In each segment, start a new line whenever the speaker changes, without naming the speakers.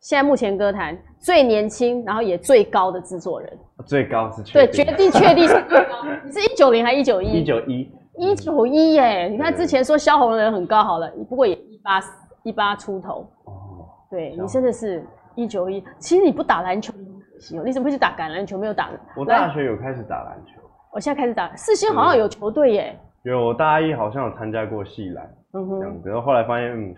现在目前歌坛最年轻，然后也最高的制作人，
最高是
对决
确，
定
定
确定是最高。你是一九零还一九
一
一？
九一，
一九一耶！你看之前说萧红的人很高，好了，不过也一八一八出头。
哦，
对
萧
你真的是一九一。其实你不打篮球，可惜哦，你怎么会去打橄榄球？没有打。
我
来
大学有开始打篮球，
我现在开始打，四星好像有球队耶。
有我大一好像有参加过系篮
嗯
这
哼，
样子，然后后来发现，嗯，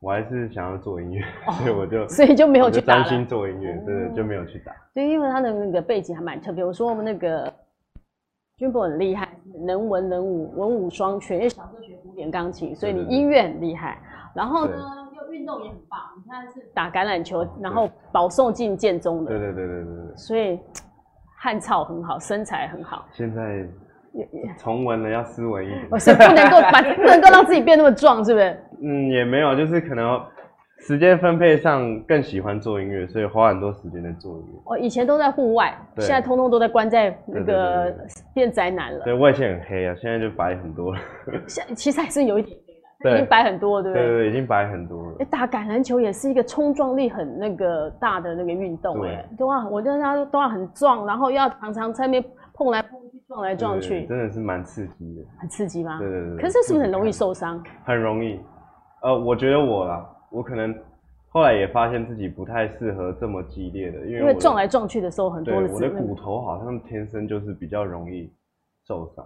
我还是想要做音乐， 所以我就
哦所以就没
没
有去打
专
了。
心做音乐，对
哦
对，就没有去打。
对，因为他的那个背景还蛮特别。我说我们那个军博很厉害，能文能武，文武双全。因为小时候学古典钢琴，所以你
对对对
音乐很厉害。然后呢，又运动也很棒。你看是打橄榄球，然后保送进建中
对
的，
对对对对对，
所以汗操很好，身材很好。
现在
也 也
重文了要斯文一点
我，是哦不能 够把不能够让自己变那么壮，是不是？
嗯，也没有，就是可能时间分配上更喜欢做音乐，所以花很多时间在做音乐。
我哦以前都在户外，
对
现在通通都在关在那
对对
个
对
变宅男了。
对，外线很黑啊，现在就白很多了。
现在其实还是有一点黑了，
对
已经白很多了，对
对
不对
对？对，已经白很多了
欸、。打橄榄球也是一个冲撞力很那个大的那个运动哎、
对
欸，对啊，我觉得他都要很壮，然后要常常在那边碰来碰去、撞来撞
对对
去，
真的是蛮刺激的。
很刺激吗？
对对对。
啊可是这是不是很容易？受伤？
很容易。呃，我觉得我啦，我可能后来也发现自己不太适合这么激烈的，因为
因为
我的
撞来撞去的时候很
对
多的
我
指
的
纹
骨头好像天生就是比较容易受伤。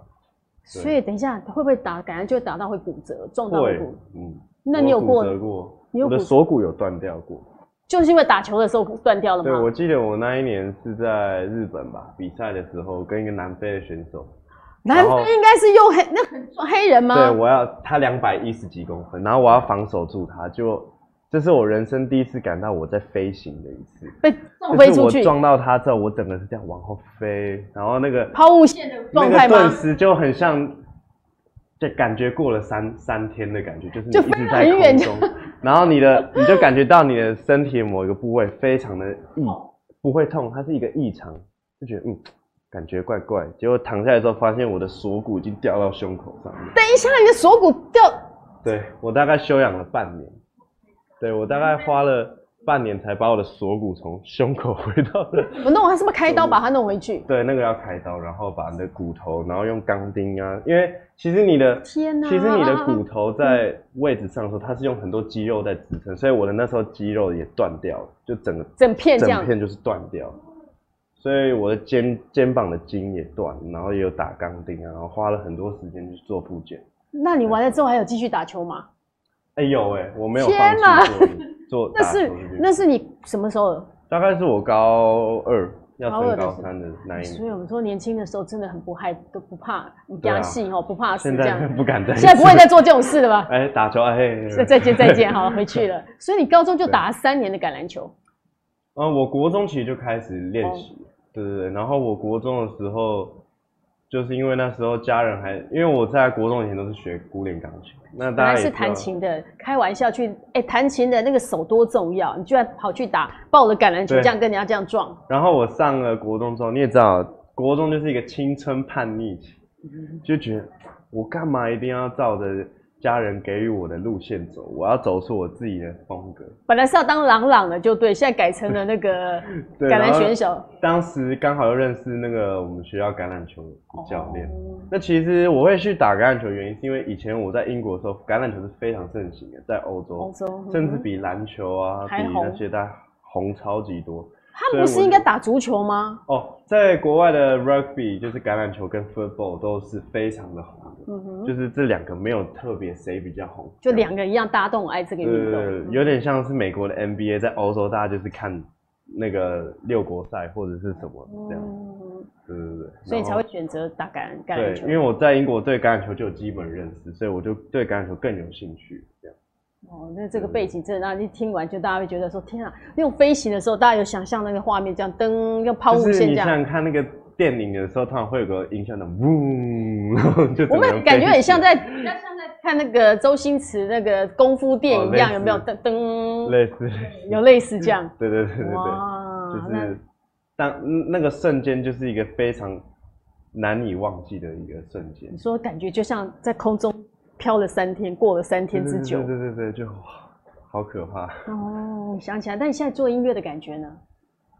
所以等一下会不会打橄榄球打到会骨折，撞到会
会
骨？，
嗯。
那你有
我
过
骨？折过？
你有
我的
骨
锁骨有断掉过。
就是因为打球的时候断掉了
对，我
吗？
记得我那一年是在日本吧，比赛的时候跟一个南非的选手，
南
然后
非应该是用黑那很壮黑人吗？
对我要他两百一十几公分，然后我要防守住他，就这是我人生第一次感到我在飞行的一次，
被撞
就
飞
是
出
我
去，
撞到他之后，我整个是这样往后飞，然后那个
抛物线的 状
那
态
个顿
吗？
时就很像，就感觉过了三三天的感觉，就是你
就
一
飞
直
得
在
很远
空中，然后你的你就感觉到你的身体的某一个部位非常的异，
哦
不会痛，它是一个异常，就觉得嗯。感觉怪怪，结果躺下来之后，发现我的锁骨已经掉到胸口上面。
等一下，你的锁骨掉
对我大概休养了半年，对我大概花了半年才把我的锁骨从胸口 回到了，
不弄，他是不是开刀把它弄回去？
对那个要开刀，然后把你的骨头，然后用钢钉啊，因为其实你的
天哪、啊嗯
其实你的骨头在位置上的时候，它是用很多肌肉在支撑，所以我的那时候肌肉也断掉了，就整个
整片这样
整，片就是断掉，所以我的肩肩膀的筋也断，然后也有打钢钉啊，然后花了很多时间去做复健。
那你完了之后还有继续打球吗？
哎、有哎、我没有
天
放弃
哪
做做
那
嗯打球这
是
件事
那是你什么时候？
大概是我高二要
高二
升
的时
高
候
三的那一
所以
年，
我们说年轻的时候真的很不害都不怕
对啊
压戏哦，不怕死
现
这
在
样。
不敢再，
现在不会再做这种事了 吧？
哎打球哎，嘿
再再见再 见，好回去了。所以你高中就打了三年的橄榄球，
嗯，我国中其实就开始练习，
哦
对对对。然后我国中的时候，就是因为那时候家人还，因为我在国中以前都是学古典钢琴，那
本
大
来
家也
是
知
弹
道，
琴的，开玩笑去哎，弹琴的那个手多重要，你居然跑去打抱了橄榄球，
对
这样跟人家这样撞，
然后我上了国中之后，你也知道，国中就是一个青春叛逆期，
嗯
就觉得我干嘛一定要照着家人给予我的路线走，我要走出我自己的风格。
本来是要当朗朗的就对，现在改成了那个
对
橄
然
榄
后
选手哦
当时刚好又认识那个我们学校橄榄球的教练。
哦
那其实我会去打橄榄球，的原因是因为以前我在英国的时候，橄榄球是非常盛行的，在欧
欧
洲，
洲，
甚至
嗯
比篮球啊，比
还红
那些大红超级多。
他们不是应该打足球吗？
哦，在国外的 rugby 就是橄榄球跟 football 都是非常的红的，
嗯哼，
就是这两个没有特别谁比较红，
就两个一样，大家都很爱这个
对
运
对对
动。
对有点像是美国的 NBA，在欧洲大家就是看那个六国赛或者是什么这样，
嗯，
对对对，
所以
然后
才会选择打橄榄橄榄
对，
球。
因为我在英国对橄榄球就有基本认识，所以我就对橄榄球更有兴趣。这样，
哦，那这个背景真的，让你听完就大家会觉得说，天啊！用飞行的时候，大家有想象那个画面，这样噔，像抛物
就是
线
你
这
想
样。
想看，那个电影的时候，通常会有个音效的嗡，然后就整个
我们感觉
飞起
很像在，比较像在看那个周星驰那个功夫电影一样，
哦类似
有没有？噔噔，
类似，
有类似这样。
对对对对对，
哇
就
那
是当嗯那个瞬间就是一个非常难以忘记的一个瞬间
你，说感觉就像在空中飘了三天，过了三天之久。
对对对对，对就哇好可怕。
哦，想起来，但你现在做音乐的感觉呢？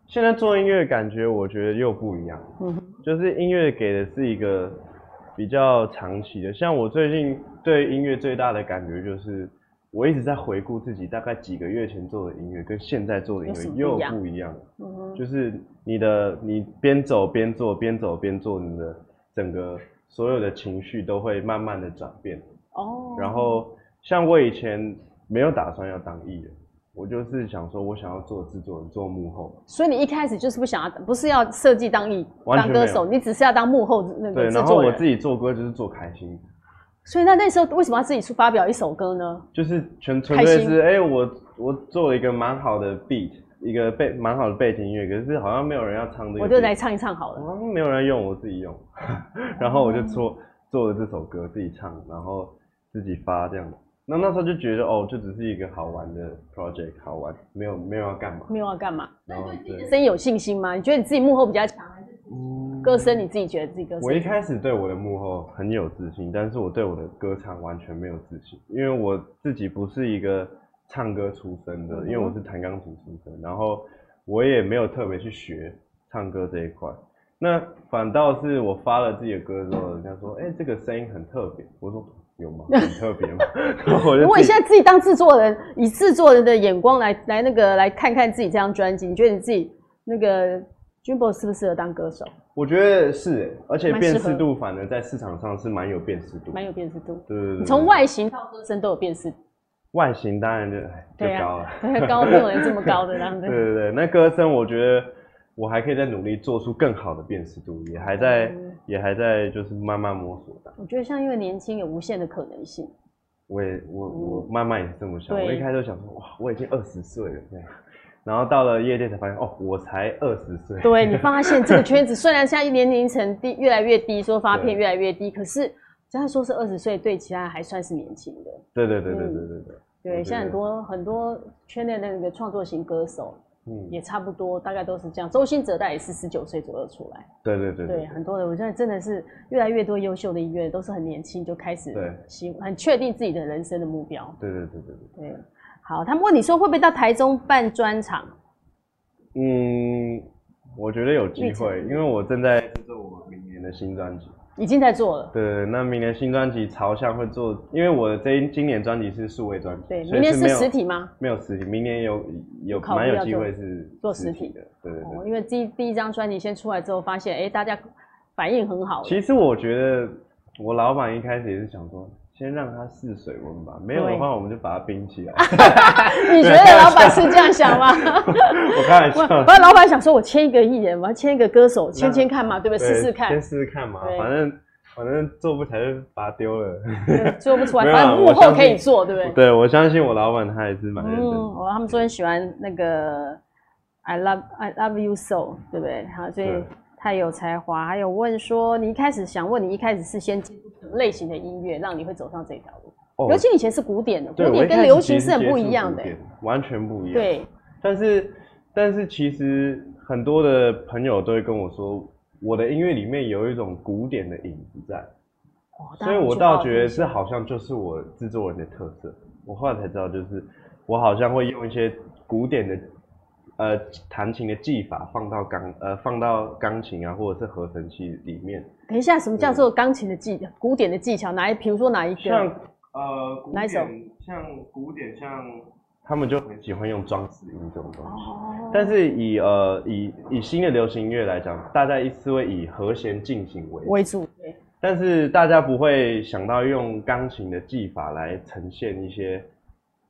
现在做音乐感觉我觉得又不一样，
嗯哼，
就是音乐给的是一个比较长期的。像我最近对音乐最大的感觉就是，我一直在回顾自己大概几个月前做的音乐跟现在做的音
有什么
乐
不
又
一样
不一样。
嗯哼，
就是你的你边走边做，边走边做，你的整个所有的情绪都会慢慢的转变。
哦，
然后像我以前没有打算要当艺人，我就是想说我想要做制作人，做幕后。
所以你一开始就是不想要，不是要设计当艺
完
当
全
歌手，你只是要当幕后那
对，
个制
然后
作
我
人。
自己做歌就是做开心，
所以那那时候为什么要自己出发表一首歌呢？
就是纯纯
开
粹
心
是哎、我我做了一个蛮好的 beat，一个背蛮好的背景音乐，可是好像没有人要唱这个 beat，
我就来唱一唱好了。
好像没有人用，我自己用， 然后我
哦
就做做了这首歌，自己唱，然后自己发这样子。那那时候就觉得哦，这只是一个好玩的 project，好玩，没有没有要干嘛。
没有要干嘛？
然后对，
声音有信心吗？你觉得你自己幕后比较强，还是
嗯
歌声你自己觉得自己歌
我一
声？
开始对我的幕后很有自信，但是我对我的歌唱完全没有自信，因为我自己不是一个唱歌出身的
嗯，哼
因为我是弹钢琴出身，然后我也没有特别去学唱歌这一块。那反倒是我发了自己的歌之后，人家说：“哎、这个声音很特别。”我说：“ 有吗？很特别吗？” 然后我就
如果
自
你
己
现在自己当制作人，以制作人的眼光来来那个来看看自己这张专辑，你觉得你自己那个 Jumbo 适不适合当歌手？
我觉得是，欸而且
蛮适
辨
合
识度反而在市场上是蛮有辨识度的。
蛮有辨识度，
对对对
你
对，
从外形到歌声都有辨识度，
外形当然就哎就
对啊
高了。
高没有人这么高 的，然后
对对对，那歌声我觉得我还可以再努力做出更好的辨识度，也还在、
嗯
也还在就是慢慢摸索的。
我觉得像因为年轻有无限的可能性，
我也我我
嗯
慢慢也是这么想，
对
我一开始想说哇，我已经二十岁了这样，然后到了业界才发现哦，我才二十岁。
对你发现这个圈 子，虽然现在年龄层低越来越低，说发片
对
越来越低，可是只要说是二十岁，对其他人还算是年轻的。
对对对对对
嗯
对对，
对，
我觉得
像很多很多圈内的那个创作型歌手
嗯，
也差不多，大概都是这样。周兴哲大概也是十九岁左右出来。
对对对
对，啊很多的，我现在真的是越来越多优秀的音乐人都是很年轻就开始
对
喜很确定自己的人生的目标。
对对对对对。
对，好，他们问你说会不会到台中办专场？
嗯，我觉得有机会，
预期
因为我正在制作我明年的新专辑。
已经在做了。
对，那明年新专辑朝向会做，因为我的这一今年专辑是数位专辑，
对，
所以
明天是
没有
实体吗？
没有实体，明年有有
考虑
蛮
要
有
做
机会是
做实
实
体
的，对对
哦，
对。
因为第一第一张专辑先出来之后，发现哎、诶大家反应很好，
其实我觉得我老板一开始也是想说，先让它试水温吧，没有的话我们就把它冰 起来。
啊你觉得老板是这样想吗？
我开玩
我
笑的，
我老板想说，我签一个艺人，我要签一个歌手，签签看嘛，对不对？
对
试试看
先，试试看嘛
对，
反正反正做不起来就把它丢了。
对做不出来，
没有啊
反正幕
我
后
相信
可以做，对不对？
对，我相信我老板他也是蛮认真
嗯，
的。
哦，他们说很喜欢那个 I love I love you so，对不对？好，所以
对
太有才华。还有问说，你一开始想问你一开始是先接触什么类型的音乐，让你会走上这条路？
哦
尤其你以前是古典的，
对
古
我
典
一开
跟
始
流
其
行
实
是很
接
不
触
一样
古
的。欸
典，完全不一样。
对，
但是但是其实很多的朋友都会跟我说，我的音乐里面有一种古典的影子在，
哦
所以我倒觉得这好像就是我制作人的特色。我后来才知道，就是我好像会用一些古典的呃弹琴的技法放到钢呃放到钢琴啊或者是合成器里面，
等一下，什么叫做钢琴的技古典的技巧？哪一？比如说哪一
嗯像
个？
呃古
哪一首
典像古典像他们就很喜欢用装饰音这种东西。
哦
但是以呃以以新的流行音乐来讲，大家一是会以和弦进行为主，
为主。对
但是大家不会想到用钢琴的技法来呈现一些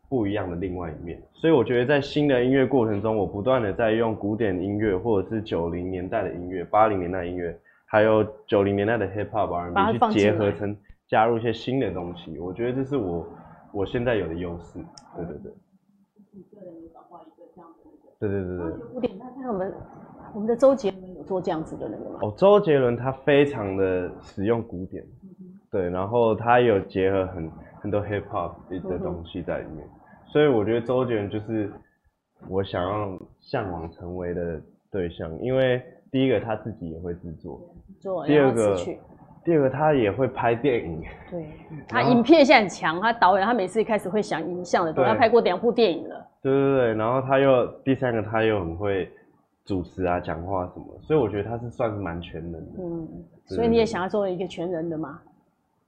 不一样的另外一面。所以我觉得在新的音乐过程中，我不断的在用古典音乐或者是九零年代的音乐、八零年代的音乐，还有九零年代的 hip hop
把它
R&B
放
去
进
结
来
合成加入一些新的东西。我觉得这是我我现在有的优势。对对对，对对对对。
古典，那像我们我们的周杰伦有做这样子的那个吗？
哦，周杰伦他非常的使用古典，对，然后他有结合很很多 hip hop 的东西在里面，所以我觉得周杰伦就是我想要向往成为的对象，因为第一个他自己也会制作，
做
第
然
二
后词
个
曲，
第二个他也会拍电影，
对他
嗯然后
影片现在很强，他导演他每次一开始会想影像的东西，
对
他拍过两部电影了。
对对对，然后他又第三个他又很会主持啊、讲话什么，所以我觉得他是算是蛮全能的。
嗯，
对
所以你也想要做一个全人的嘛？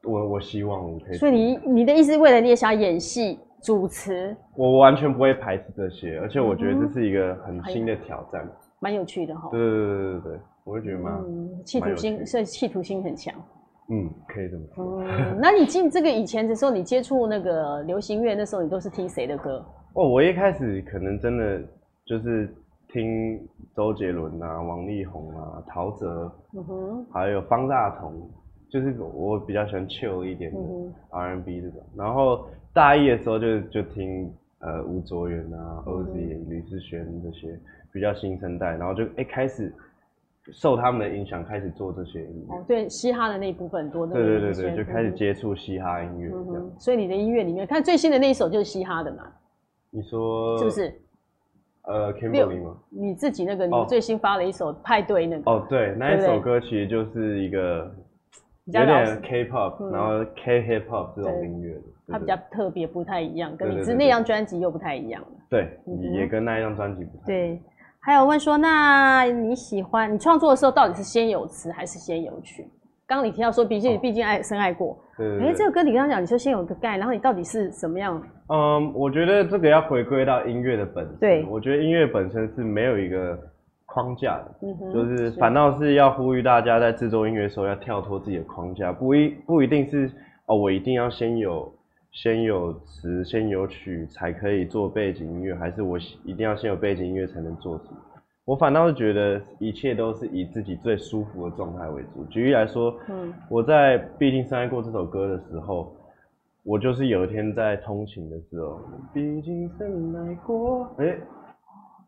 我我希望我可以，
所以你你的意思，未来你也想要演戏、主持，
我完全不会排斥这些，而且我觉得
嗯
这
哼
是一个很新
哎
的挑战。
蛮有趣的哈。
对对对对对对，我会觉得蛮
嗯，企
蛮
图
有趣
心，
的
所以企图心很强。
嗯，可以这么说。
嗯，那你进这个以前的时候，你接触那个流行乐，那时候你都是听谁的歌？
哦，我一开始可能真的就是听周杰伦啊、王力宏啊、陶喆，
嗯哼，
还有方大同，就是我比较喜欢 chill 一点的
嗯哼
R&B 这种。然后大一的时候就就听呃吴卓源
嗯
啊、
哼
OZ、吕志轩这些比较新生代，然后就一开始受他们的影响开始做这些音乐。
哦，对，嘻哈的那一部分多。
对
不
对对对，
以
就开始。接触嘻哈音乐
嗯
这样。
哼，所以你的音乐里面，看最新的那一首就是嘻哈的嘛，
你说
是不？是？
呃，Kimberly 吗？
你自己那个，你
哦
最新发了一首派对那个，
哦，对，那一
对
首
不对
歌其实就是一个
比
有
较老
点
实，
K-pop，
嗯
然后 K hip hop 这种
对
音乐的，对
它比
对
较特别，不太一样，跟
对
你
对
之
对
那
对
张专辑又不太一样。
对，
嗯哼
也跟那一张专辑不太。
对，还有问说，那你喜欢你创作的时候，到底是先有词还是先有曲？刚刚你提到说，毕竟
哦
毕竟爱深爱过，
对对
哎、
对。
这个歌你刚刚讲，你说先有个盖，然后你到底是什么样？
嗯，我觉得这个要回归到音乐的本身。
对
我觉得音乐本身是没有一个框架的，
嗯哼
就是反倒是要呼吁大家在制作音乐的时候要跳脱自己的框架，不一不一定是哦，我一定要先有先有词先有曲才可以做背景音乐，还是我喜一定要先有背景音乐才能做什么？我反倒是觉得一切都是以自己最舒服的状态为主。举例来说，
嗯
我在《毕竟深爱过》这首歌的时候，我就是有一天在通勤的时候，毕竟深爱过，哎、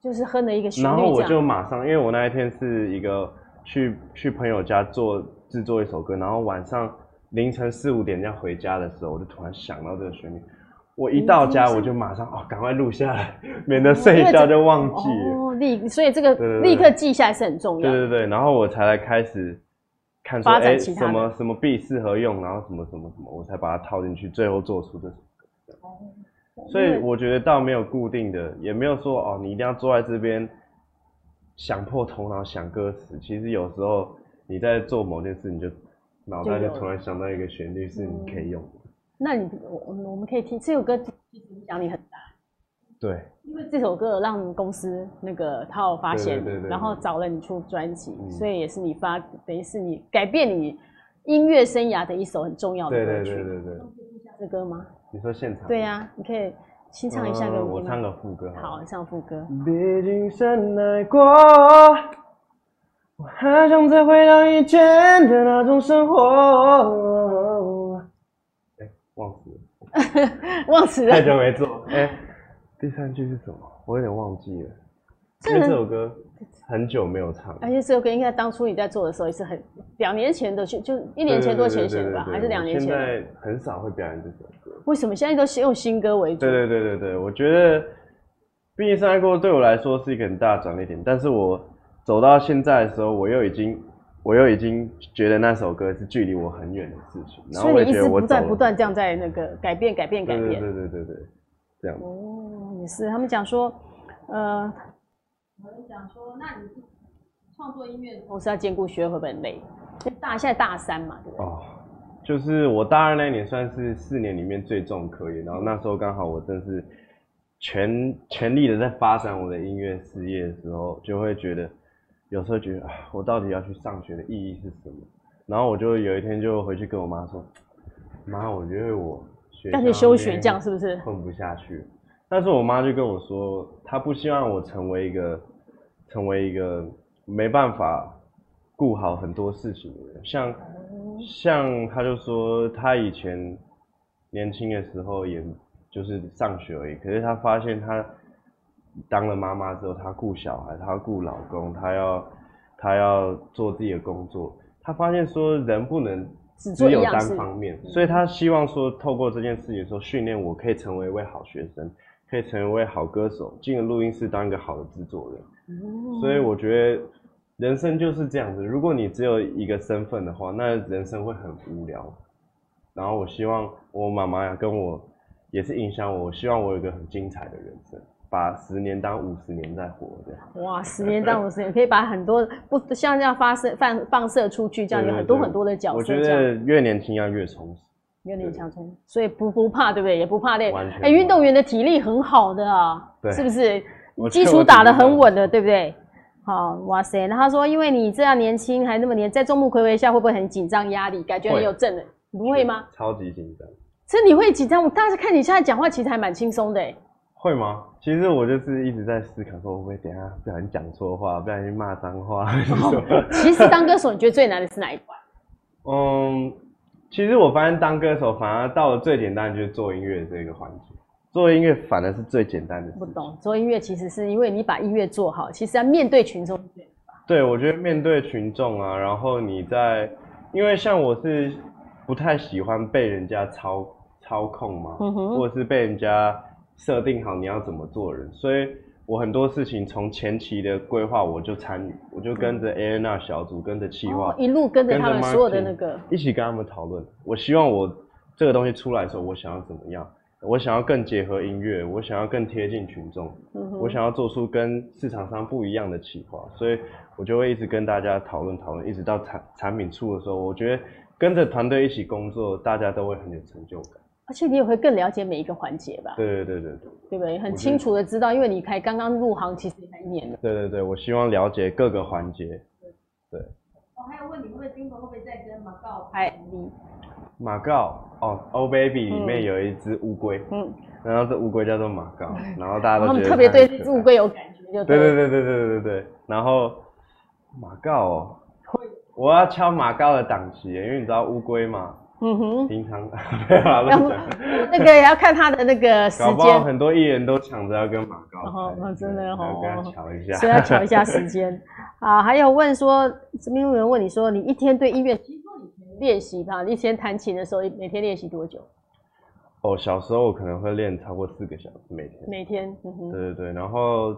就是哼了一个旋律
然后
这
我
样。
就马上，因为我那一天是一个去去朋友家做制作一首歌，然后晚上凌晨四五点要回家的时候，我就突然想到这个旋律，我一到家我就马上哦，赶快录下来，免得睡一觉就忘记了。
哦，立，所以这个
对对对
立刻记下来是很重要
对
的。
对对，然后我才来开始看说，
发展
哎，
其他
什
的
么什么币适合用，然后什么什么什么，我才把它套进去，最后做出这首歌。所以
嗯
我觉得倒没有固定的，也没有说哦，你一定要坐在这边想破头脑想歌词。其实有时候你在做某件事，你就脑
就
袋就
有嗯
突然想到一个旋律是你可以用的。
那你我我们可以听这首歌，其实影响你很大，
对
因为这首歌有让公司那个他有发现你，
对对对对对
然后找了你出专辑，
嗯
所以也是你发，等于是你改变你音乐生涯的一首很重要的
对
歌
对
曲。
对对对，
这歌吗？
你说现场？
对呀、你可以清唱一下给
嗯
我
我
听
唱
吗？
个副歌好了。
好，你唱副歌。
毕竟深爱过，我还想再回到以前的那种生活。哎、忘词了，
忘 词 了
太，久没做。哎、第三句是什么？我有点忘记了，因
这哎
为这
很，
首歌很久没有唱。
而且这首歌应该当初你在做的时候也是很两年前的，就就一年前多前写的吧，
对对对对对
还是两年前
我
的？嗯
现在很少会表演这首歌。
为什么现在都是用新歌为主？
对对对对对，我觉得《毕竟深爱过》对我来说是一个很大的转捩点，但是我走到现在的时候，我又已经，我又已经觉得那首歌是距离我很远的事情，然后
所
我
以你
也
一
觉
直
得我
不断
走
不
了
断这样在那个改变、改变、改
对
变。
对对对对对，这样。
哦，也是，他们讲说，呃，有人讲说，那你创作音乐同时要兼顾学业会不会很累？因为大现在大三嘛，对不对？
哦，就是我大二那年算是四年里面最重科研，然后那时候刚好我正是全全力的在发展我的音乐事业的时候，就会觉得有时候觉得啊，我到底要去上学的意义是什么？然后我就有一天就回去跟我妈说，妈，我觉得我学
干脆
校
休
那
学
边
这样是不是？
混不下去。但是我妈就跟我说，她不希望我成为一个成为一个没办法顾好很多事情的人，像像她就说，她以前年轻的时候也就是上学而已，可是她发现她当了妈妈之后，她顾小孩，她顾老公，她要她要做自己的工作，她发现说人不能
只做
只
一
有
样
单
事。
方面，所以他希望说，透过这件事情说，训练我可以成为一位好学生，可以成为一位好歌手，进了录音室当一个好的制作人。
嗯
所以我觉得人生就是这样子，如果你只有一个身份的话，那人生会很无聊。然后我希望我妈妈呀跟我也是影响我，我希望我有一个很精彩的人生，把十年当五十年在活这样。
哇，十年当五十年，可以把很多不像这样发射放放射出去，这样有
对对
很多
对
很多的角
我
色，
觉
这样
得越年轻要越充实。
有
对
点
对
强冲，所以不不怕，对不对？也不怕累
完。全
哎，
不
运
怕
动员的体力很好的啊，
对
是不是
我？觉
基
得
础
我
打
体
得
力
很
很
稳的，
好
对不对？好，哇塞！然后他说，因为你这样年轻还那么年，在众目睽睽下会不会很紧张、压力，感觉很
会
有正能？你不会吗？？
超级紧张。
其实你会紧张，我当时看你现在讲话其实还蛮轻松的哎。
会吗？其实我就是一直在思考，说会不会等一下不小心讲错话，不小心骂脏话。
其实当歌手，你觉得最难的是哪一关？
嗯，其实我发现当歌手反而到了最简单的就是做音乐这个环节，做音乐反而是最简单的事
不。懂，做音乐其实是因为你把音乐做好，其实要面对群众。
对，我觉得面对群众啊，然后你在，因为像我是不太喜欢被人家操操控嘛，
嗯哼
或者是被人家设定好你要怎么做人，所以我很多事情从前期的规划我就参与，我就跟着 A N R 小组，跟着企
嗯
划、
哦一路跟着
跟着
他们所有的
marketing
那个，
一起跟他们讨论。我希望我这个东西出来的时候，我想要怎么样？我想要更结合音乐，我想要更贴近群众，
嗯哼
我想要做出跟市场上不一样的企划，所以我就会一直跟大家讨论讨论，一直到产产品出的时候，我觉得跟着团队一起工作，大家都会很有成就感。
而且你也会更了解每一个环节吧？
对对对对对
对不对？很
我觉得
清楚的知道，因为你才刚刚入行，其实也才一年了。
对对对，我希望了解各个环节。
我还有问你，会不会军哥会不会再跟马告拍 MV？
马告哦，Oh Baby 里面
嗯
有一只乌龟，
嗯，
然后这乌龟叫做马告，然后大家
然
都
后他们
觉得
特别
它很
对
可爱
这只乌龟有感觉，就
对
对。
对对对对对对对。然后马告、哦，我要敲马告的档期耶，因为你知道乌龟嘛，
嗯 哼，
平常没有啦
要
乱
不
讲，
那个也要看他的那个时
搞不好
间，
很多艺人都抢着要跟马告
哦
拍
真的哦
对跟他瞧一下。
所以 要调一下时间啊。还有问说，这边有人问你说，你一天对音乐，其实说你以前练习吧，你以前弹琴的时候，每天练习多久？
哦，小时候我可能会练超过四个小时每天。
每天，嗯哼，
对对对，然后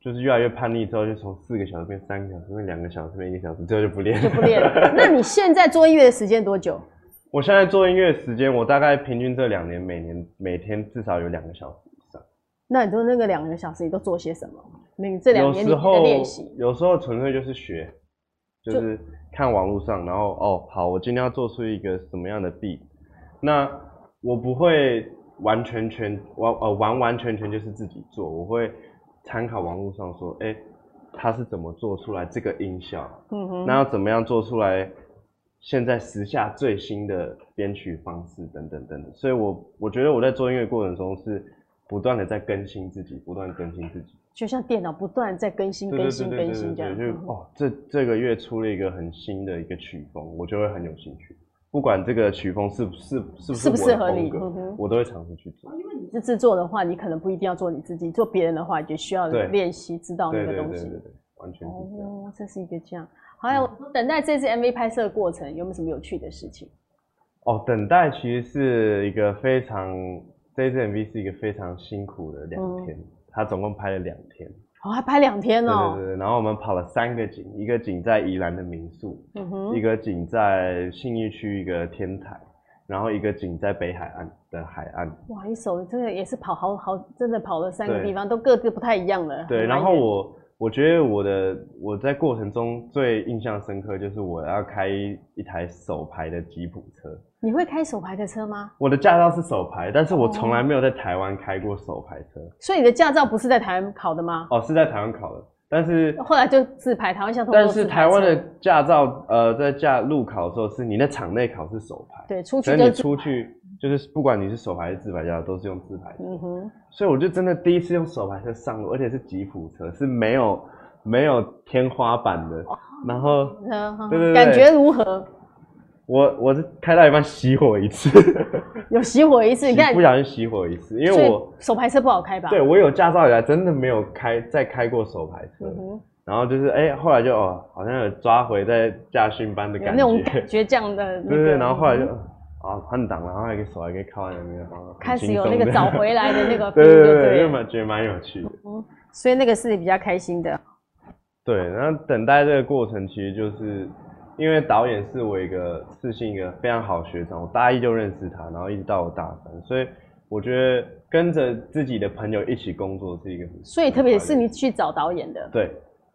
就是越来越叛逆之后，就从四个小时变三个小时，变两个小时，变一个小时，最后就不练。
就不 练了。那你现在做音乐的时间多久？
我现在做音乐时间，我大概平均这两年每年每天至少有两个小时以上。
那你说那个两个小时，你都做些什么？那你这两年你
有
的
时候
练习，
有时候纯粹就是学，就
就是
看网络上，然后哦，好，我今天要做出一个什么样的 beat，那我不会完全全完呃完完全全就是自己做，我会参考网络上说，哎、他是怎么做出来这个音效，
嗯哼，
那要怎么样做出来现在时下最新的编曲方式等等等等，所以我我觉得我在做音乐过程中是不断的在更新自己，不断地更新自己。
就像电脑不断在更新、
对
更
对
新、
对对
更
对
新
对
这样。
对，
嗯
就哦，这这个月出了一个很新的一个曲风，我就会很有兴趣。不管这个曲风是不是是不
适
是
不
我
适
的
合你
风
嗯哼
格，我都会尝试去做。
你是制作的话，你可能不一定要做你自己，做别人的话，你就需要
对
练习知道那
对
个
对对
东
对
西
对。对，完全是这样。嗯
哦，这是一个这样。还有，我说等待这支 MV 拍摄的过程，有没有什么有趣的事情？
哦，等待其实是一个非常这支 MV 是一个非常辛苦的两
嗯
天，它总共拍了两天。
哦，还拍两天
对
哦
对。对对，然后我们跑了三个景，一个景在宜兰的民宿，
嗯哼
一，个景在信义区一个天台，然后一个景在北海岸的海岸。
哇，一手真的也是跑好好，真的跑了三个
对
地方，都各自不太一样了。
对，
很
然
难
后
远
我我觉得我的我在过程中最印象深刻就是我要开一台手排的吉普车。
你会开手牌的车吗？
我的驾照是手排，但是我从
哦
来没有在台湾开过手排车。
所以你的驾照不是在台湾考的吗？
哦，是在台湾考的，但是
后来就自排，台湾想通过
但是
自排
台湾
车
的驾照，呃，在驾路考的时候是你在场内考是手排，
对出
所
去
以
就
你
自
出去就是不管你是手排还是自排驾，都是用自排。
嗯哼，
所以我就真的第一次用手排车上路，而且是吉普车，是没有没有天花板的，
哦
然后。
嗯哼
对对对
感觉如何？
我我是开到一半熄火一次，
有熄火一次， 你看
不，小心熄火一次，因
所
为
以
我
手牌车不好开吧？
对，我有驾照以来真的没有开再开过手排车，
嗯哼，
然后就是哎、后来就哦好像有抓回在驾训班的
有
感
那种
觉，
感觉这样的那个。
对对对，然后后来就
嗯
啊换挡了，然后还可以手还可以靠在那边，然后很
开始
轻
有
松
那个
的
找回 来的那个
对
feel
对
就
对
啊对
对，
了
就蛮觉得蛮有趣的。
所以那个是比较开心的。
对，然后等待这个过程，其实就是因为导演是我一个自信一个非常好的学长，我大一就认识他，然后一直到我大三，所以我觉得跟着自己的朋友一起工作是一个很
所以特别是你去找导演的，
对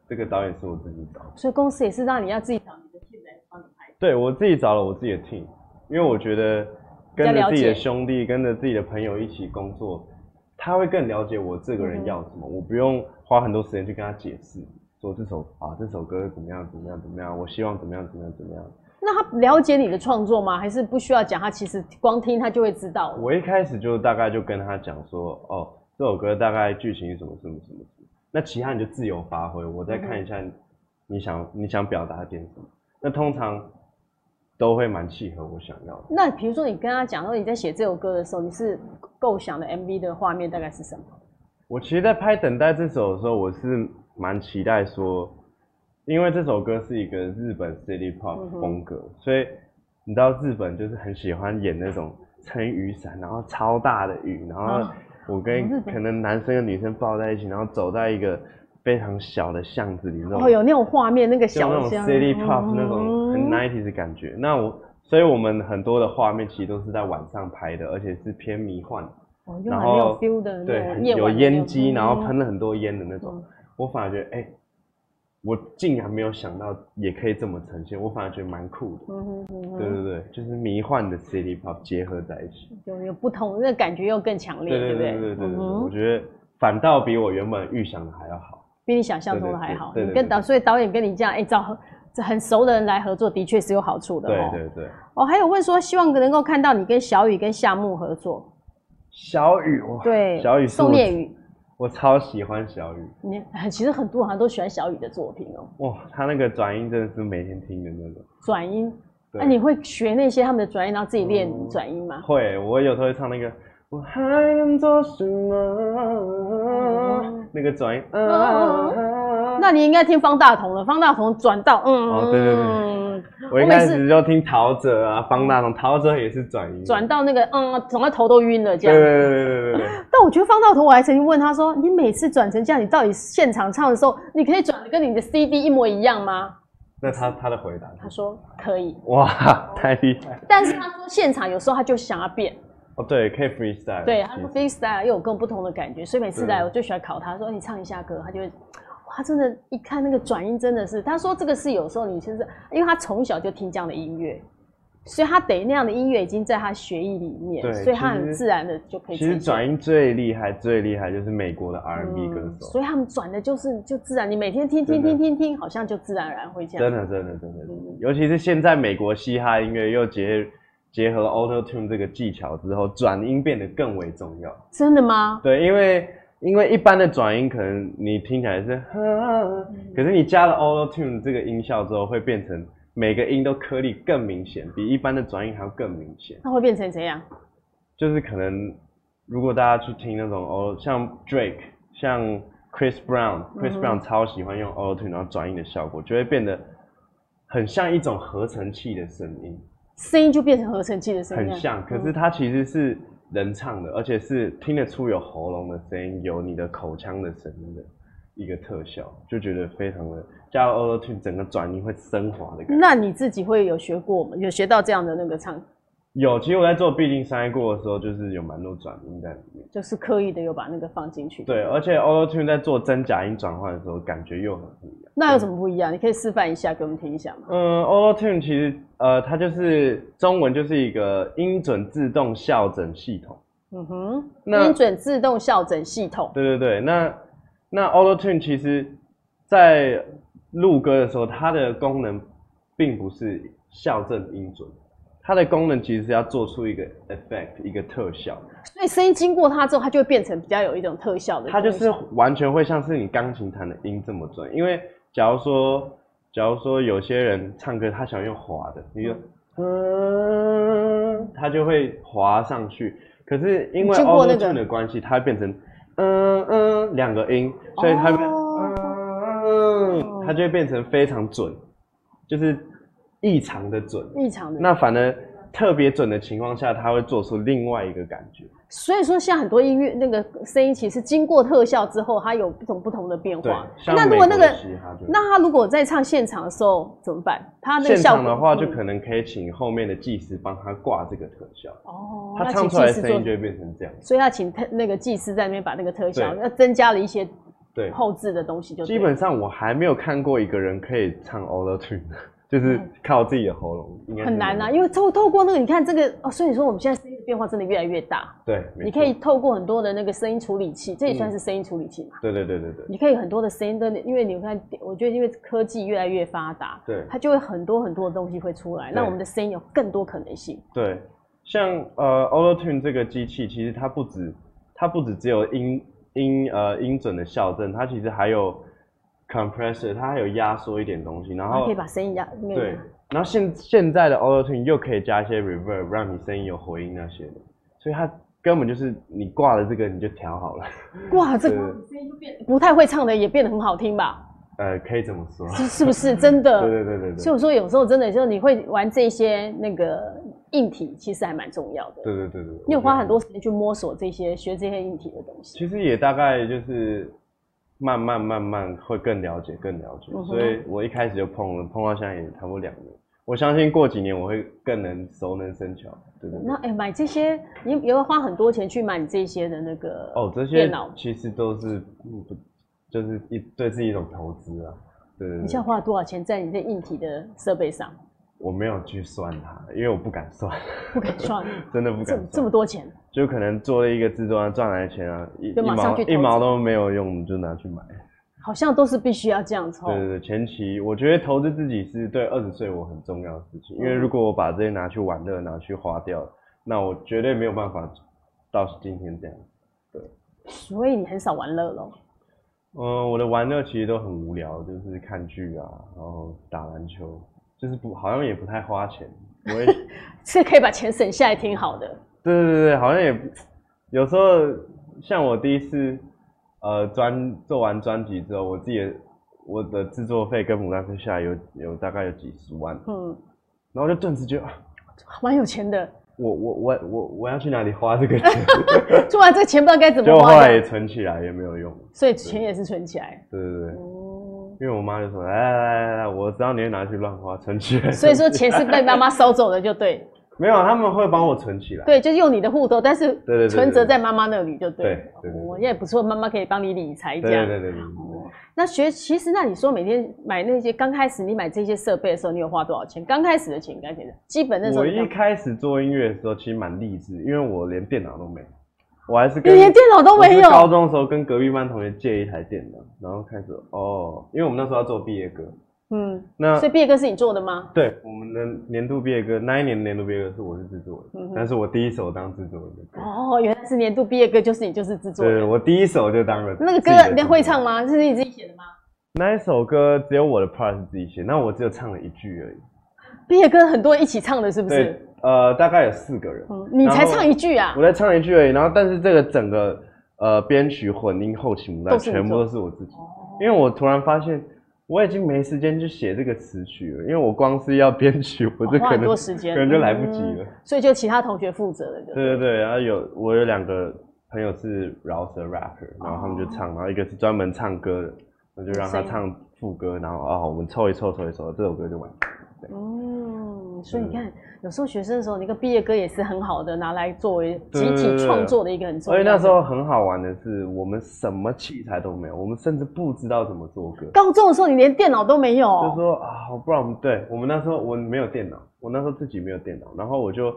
这个导演是我自己找的，
所以公司也是让你要自己找你的剧来帮你拍。
对我自己找了我自己的 team，因为我觉得
比较
跟着
了
自己的
解
兄弟、跟着自己的朋友一起工作，他会更了解我这个
嗯
人
哼
要什么，我不用花很多时间去跟他解释，说这首啊这首歌怎么样怎么样怎么样，我希望怎么样怎么样怎么样。
那他了解你的创作吗？还是不需要讲？他其实光听他就会知道了。
我一开始就大概就跟他讲说，哦，这首歌大概剧情是什么什么什么什么，那其他你就自由发挥，我
嗯
再看一下你想你想表达点什么。那通常都会蛮契合我想要的。
那比如说你跟他讲说你在写这首歌的时候，你是构想的 MV 的画面大概是什么？
我其实，在拍《等待》这首的时候，我是蛮期待说，因为这首歌是一个日本 City
嗯
Pop
哼
风格，所以你知道日本就是很喜欢演那种撑雨伞，然后超大的雨，然后
啊
我
哦日
跟
本
可能男生跟女生抱在一起，然后走在一个非常小的巷子里那种，
哦，有那种画面，那个
就
小
那种
箱
City Pop 那种很
嗯
90s 的感觉。那我，所以我们很多的画面其实都是在晚上拍的，而且是偏迷幻的。
哦，又
然
蛮
后
有 feel 的
对，
那
很
种夜
有
晚的那
烟
种
机，然后
嗯
喷了很多烟的那种。
嗯
我反而觉得，哎、我竟然没有想到也可以这么呈现，我反而觉得蛮酷的。
嗯哼嗯哼
对对对，就是迷幻的 City Pop 结合在一起。
有有不同，那感觉又更强烈，
对对
不
对对对对对，
嗯哼
我觉得反倒比我原本预想的还要好。
比你想象中的还好。
对对对
你跟导，
对对
所以导演跟你这样，哎、找合很熟的人来合作，的确是有好处的、哦。
对对对，
哦，还有问说，希望能够看到你跟小雨跟夏木合作。
小雨哇，
对，
小雨是
宋
我
烈，雨，
我超喜欢小雨
你 其实很多人好像都喜欢小雨的作品哦，
哇，他那个转音真的是每天听的那种。
转音。
对
那、啊你会学那些他们的转音，然后自己练
嗯
转音吗？
会，我有时候会唱那个。我还能做什么？那个转音，啊
哦那你应该听方大同了，方大同转到嗯，
哦对对对
嗯
我一开始就听陶喆啊，方大同，陶喆也是转音，
转到那个嗯，整个头都晕了这
对
样。
对对对对对 对，
但我觉得方大同，我还曾经问他说：“你每次转成这样，你到底现场唱的时候，你可以转的跟你的 CD 一模一样吗
那他他的回答？”
他
是，
说：“可以。
哇， 太厉害”
但是他说现场有时候他就想要变，
哦，对，可以 freestyle，
对，啊
其
他说
实
freestyle 又有更不同的感觉，所以每次
对
来我就喜欢考他说：“你唱一下歌。”他就会。哇，他真的，一看那个转音真的是，他说这个是有时候你其实，因为他从小就听这样的音乐，所以他得那样的音乐已经在他血液里面，
对
所以他
其
很
实
自然的就可以
其
呈现。
实转音最厉害最厉害就是美国的 R&B 歌
嗯，
手
所，以他们转的就是就自然，你每天听听
真的
听听听，好像就自然而然会这样。
真的真的真的真的
嗯，
尤其是现在美国嘻哈音乐又结结合了 Auto Tune 这个技巧之后，转音变得更为重要。
真的吗？
对，因为因为一般的转音可能你听起来是，可是你加了 Auto Tune 这个音效之后，会变成每个音都颗粒更明显，比一般的转音还要更明显。
那会变成怎样？
就是可能如果大家去听那种哦，像 Drake、像 Chris Brown，Chris
嗯哼
Brown 超喜欢用 Auto Tune 然后转音的效果，就会变得很像一种合成器的声音，
声音就变成合成器的嗯声音，啊
很像。可是它其实是。人唱的，而且是听得出有喉咙的声音，有你的口腔的声音的一个特效，就觉得非常的加入 Auto Tune，整个转音会升华的感觉。
那你自己会有学过吗？有学到这样的那个唱，
有，其实我在做毕竟商业过的时候，就是有蛮多转音在里面。
就是刻意的有把那个放进去。
对，啊而且 Auto Tune 在做真假音转换的时候，感觉又很不一样。
那有什么不一样？你可以示范一下给我们听一下吗？
嗯，Auto Tune 其实呃，它就是中文就是一个音准自动校准系统。
嗯哼，
那
音准自动校准系统。
对对对，那那 Auto Tune 其实在录歌的时候，它的功能并不是校正音准，它的功能其实是要做出一个 effect 一个特效。
所以声音经过它之后，它就会变成比较有一种特效的东西。
它就是完全会像是你钢琴弹的音这么准，因为假如说，假如说有些人唱歌他想用滑的，你就，嗯，他就会滑上去。可是因为
经过
auto
那
tune
个
的关系，它会变成嗯嗯两个音，所以它变
哦
嗯，它就会变成非常准，就是异常的准。
异常的。
那反而特别准的情况下，它会做出另外一个感觉。
所以说，现在很多音乐那个声音，其实经过特效之后，它有不同不同的变
对
化。，
像
那如
美
果那
国
个，
嘻哈就
那他如果在唱现场的时候怎么办？他那个
现
效
场
果
的话，就
嗯
可能可以请后面的技师帮他挂这个特效，
哦，
他
那
唱
请
出来
技师
的声
做
音就，会变成这样。
所以要请特那个技师在那边把那个特效，
对
那增加了一些
对，
后置的东西就对
基
了
本上我还没有看过一个人可以唱 auto tune，就是 靠自己的喉咙，应该是
嗯很难啊，
没有
因为透透过那个，你看这个哦，所以说我们现在声音的变化真的越来越大。
对，嗯没
你可以
错，
透过很多的那个声音处理器，这也算是声音处理器嘛。
对对对对对
你可以很多的声音真的，因为你看，我觉得因为科技越来越发达，
对
它就会很多很多的东西会出来，
对
那我们的声音有更多可能性。
对，像呃 auto tune 这个机器，其实它不止它不止只有音音呃音准的校正，它其实还有 compressor，它还有压缩一点东西，然
然后
后
啊可以把声音压，那个
对，然后现现在的 Auto Tune 又可以加一些 reverb，让你声音有回音那些的，所以它根本就是你挂了这个你就调好了。
哇，这
对
不太会唱的也变得很好听吧？
呃，可以这么说。
是是不是 真的？
对对对对
所以
对，
我说，有时候真的就是你会玩这些那个硬体，其实还蛮重要的。
对对对对。
你有
我觉得
花很多时间去摸索这些、学这些硬体的东西。
其实也大概就是慢慢慢慢会更了解，更了解。
嗯哼
所以我一开始就碰了，碰到现在也差不多两年。我相信过几年我会更能熟能生巧。对对对
那。哎、买这些，你也会花很多钱去买你这些的那个
哦，这些
电脑。
其实都是嗯不，就是一对自己一种投资啊。对对
你
对
现在。花了多少钱在你这硬体的设备 上？
我没有去算它，因为我不敢算，
不敢算，
真的不
这
敢
这么
算。
多钱，
就可能做了一个制作啊，赚来的钱啊，一一
就马上
毛
去投资
一毛都没有用，就拿去买。
好像都是必须要这样哦抽
对。对对，前期我觉得投资自己是对二十岁我很重要的事情，因为
嗯
如果我把这些拿去玩乐、拿去花掉，那我绝对没有办法到今天这样。
所以你很少玩乐咯。
嗯，我的玩乐其实都很无聊，就是看剧啊，然后打篮球，就是不好像也不太花钱，不会
是可以把钱省下来，挺好的。
对对对，好像也不有时候像我第一次呃专做完专辑之后，我自己的我的制作费跟牡丹课下来有有大概有几十万，
嗯，
然后我就顿时觉得啊
蛮有钱的。
我我我我我要去哪里花这 个钱？
突然这钱不知道该怎
结
么
果后
花
来也
掉，
存起来也没有用，
所以钱也是存起来。
对对对，
哦，
因为我妈就说来来来来来，我知道你会拿去乱花，存起来。
所以说钱是被妈妈收走的，就对。
没有，啊他们会帮我存起来。
对，就是用你的户头，但是
对对对
存折在妈妈那里，就对
对。对对对
我也不错，妈妈可以帮你理财这
对对
样。
对对对
哦那学其实那你说每天买那些刚开始你买这些设备的时候，你有花多少钱？刚开始的钱应该觉得基本那
对，
时候
我
你
一
看
开始做音乐的时候其实蛮励志，因为我连电脑都没有，我还是
你
跟
连电脑都没
我
有
是，高中的时候跟隔壁班同学借一台电脑，然后开始哦，因为我们那时候要做毕业歌，
嗯，
那
所以毕业歌是你做的吗？
对我们的年度毕业歌，那一年的年度毕业歌是我是制作人，
嗯哼
但是我第一首当制作人的歌，
哦，原来是年度毕业歌，就是你就是制作
对
人。
我第一首就当了
那个
自己的制
歌
作
你
人
会唱？吗？是你自己写的吗？
那一首歌只有我的 part 是自己写，那我只有唱了一句而已，
毕业歌很多人一起唱的，是不
对
是？，
呃，大概有四个人，
嗯，你才
然后
唱一句啊
我？在唱一句而已，然后但是这个整个呃编曲、混音、后期母带
都是你做
全部都是我自己，
哦
因为我突然发现我已经没时间去写这个词曲了，因为我光是要编曲，我就
哦花
可
很
能
多时间，
可能就来不及了
嗯所以就其他同学负责了，就
对对对，然后有我有两个朋友是饶舌 rapper，然后他们就
哦
唱，然后一个是专门唱歌的，我就让他唱副歌，然后啊、我们凑一凑凑一凑，这首歌就完。
嗯，所以你看，有时候学生的时候，那个毕业歌也是很好的，拿来作为
对
集
对
体
对
创作的一个很重
所
要
以
的。
那时候很好玩的是，我们什么器材都没有，我们甚至不知道怎么做歌。
高中的时候，你连电脑都没
就
有，
说啊，不然我们对我们那时候我没有电脑，我那时候自己没有电脑，然后我就